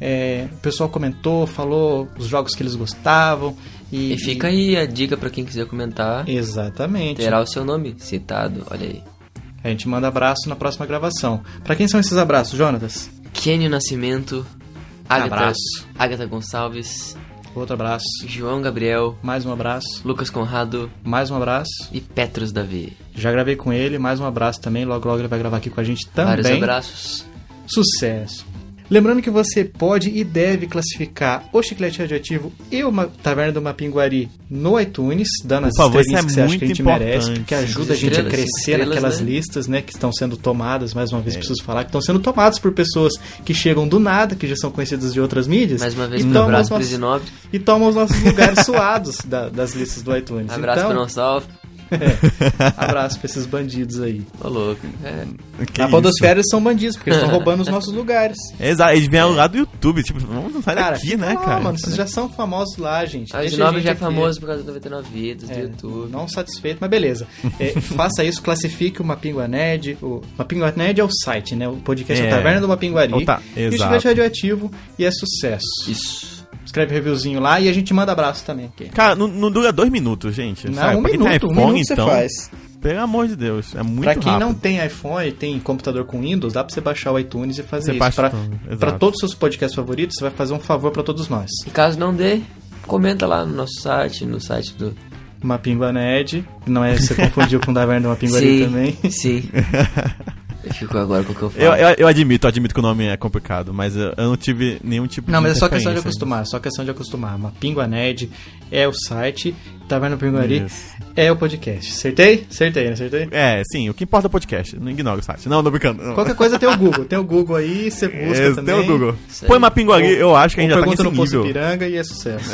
É, o pessoal comentou, falou os jogos que eles gostavam. E,
E fica aí a dica pra quem quiser comentar.
Exatamente.
Terá o seu nome citado, olha aí.
A gente manda abraço na próxima gravação. Pra quem são esses abraços, Jonatas?
Kenny Nascimento, Agatha,
Abraço.
Agatha Gonçalves,
Outro abraço.
João Gabriel,
Mais um abraço.
Lucas Conrado
Mais um abraço.
e Petros Davi.
Já gravei com ele, mais um abraço também. Logo, logo ele vai gravar aqui com a gente
Vários
também.
abraços.
Sucesso. Lembrando que você pode e deve classificar o Chiclete Radioativo e o Ma- Taverna do Mapinguari no iTunes, dando as
Por favor,
estrelinhas
isso
que você acha que
é
a
muito
gente merece,
importante.
porque ajuda a gente a
Estrelas,
crescer
estrelas,
naquelas
né? É.
listas, né, que estão sendo tomadas, mais uma vez preciso falar, que estão sendo tomadas por pessoas que chegam do nada, que já são conhecidas de outras mídias.
Mais uma vez,
e
um
tomam
abraço
os
pro
nossos-
Zinobre.
e tomam os nossos lugares *laughs* suados da- das listas do iTunes.
Abraço
então,
pro Gonçalves.
abraço pra esses bandidos aí.
Ô, louco. É,
Que
Na
isso?
podosfera eles são bandidos, porque
*laughs*
eles estão roubando os nossos lugares.
Exato, eles vieram lá do YouTube, tipo, vamos sair daqui,
fica
né,
lá,
cara?
ah, mano, vocês já são famosos lá, gente.
Ah, o
Deixa a
Zinobre
gente
já é
aqui.
famoso por causa do 99 Vidas, do
É,
YouTube.
Não satisfeito, mas beleza. É, faça isso, classifique o Mapingua Nerd. O Mapingua Nerd é o site, né? O podcast é,
É.
a Taverna do Mapinguari.
Ou tá,
E o
exato.
Chiclete Radioativo. E é sucesso.
Isso.
Escreve reviewzinho lá e a gente manda abraço também aqui.
Cara, não, não dura dois minutos, gente.
Não,
sabe?
um
pra quem
minuto,
tem iPhone,
um minuto
então.
você faz.
Pelo amor de Deus, é muito
pra quem
rápido.
não tem iPhone, tem computador com Windows, dá pra você baixar o iTunes e fazer
Você
isso.
baixa
Pra,
tudo, exato.
pra todos os seus podcasts favoritos, você vai fazer um favor pra todos nós.
E caso não dê, comenta lá no nosso site, no site do...
Mapingua Nerd, não é você confundiu com o Taverna do *laughs* Mapinguari
Sim,
também.
sim. Eu fico agora com o que eu falo.
Eu, eu, eu admito, eu admito que o nome é complicado, mas eu, eu não tive nenhum tipo de.
Não, mas é só questão de
interferência.
acostumar, só questão de acostumar. Mapingua Nerd é o site, Taverna do Pinguari
Isso.
é o podcast. Acertei? Acertei, né? Acertei?
É, sim, o que importa é o podcast. Não ignora o site. Não, tô brincando. Não.
Qualquer coisa tem o Google, tem o Google aí,
*laughs*
você busca
Esse
é também.
Tem o Google.
Isso aí.
Põe Mapinguari, eu acho que a
Ou
gente já tá
pergunta
nesse
no Poço
nível.
Piranga e é
*laughs*
sucesso.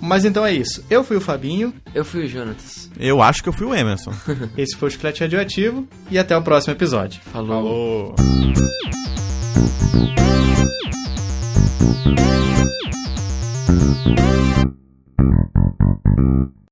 Mas então é isso. Eu fui o Fabinho,
Eu fui o Jonatas.
Eu acho que eu fui
*laughs*
o Emerson.
esse foi o Chiclete Radioativo e até o próximo episódio.
Falou.
Falou.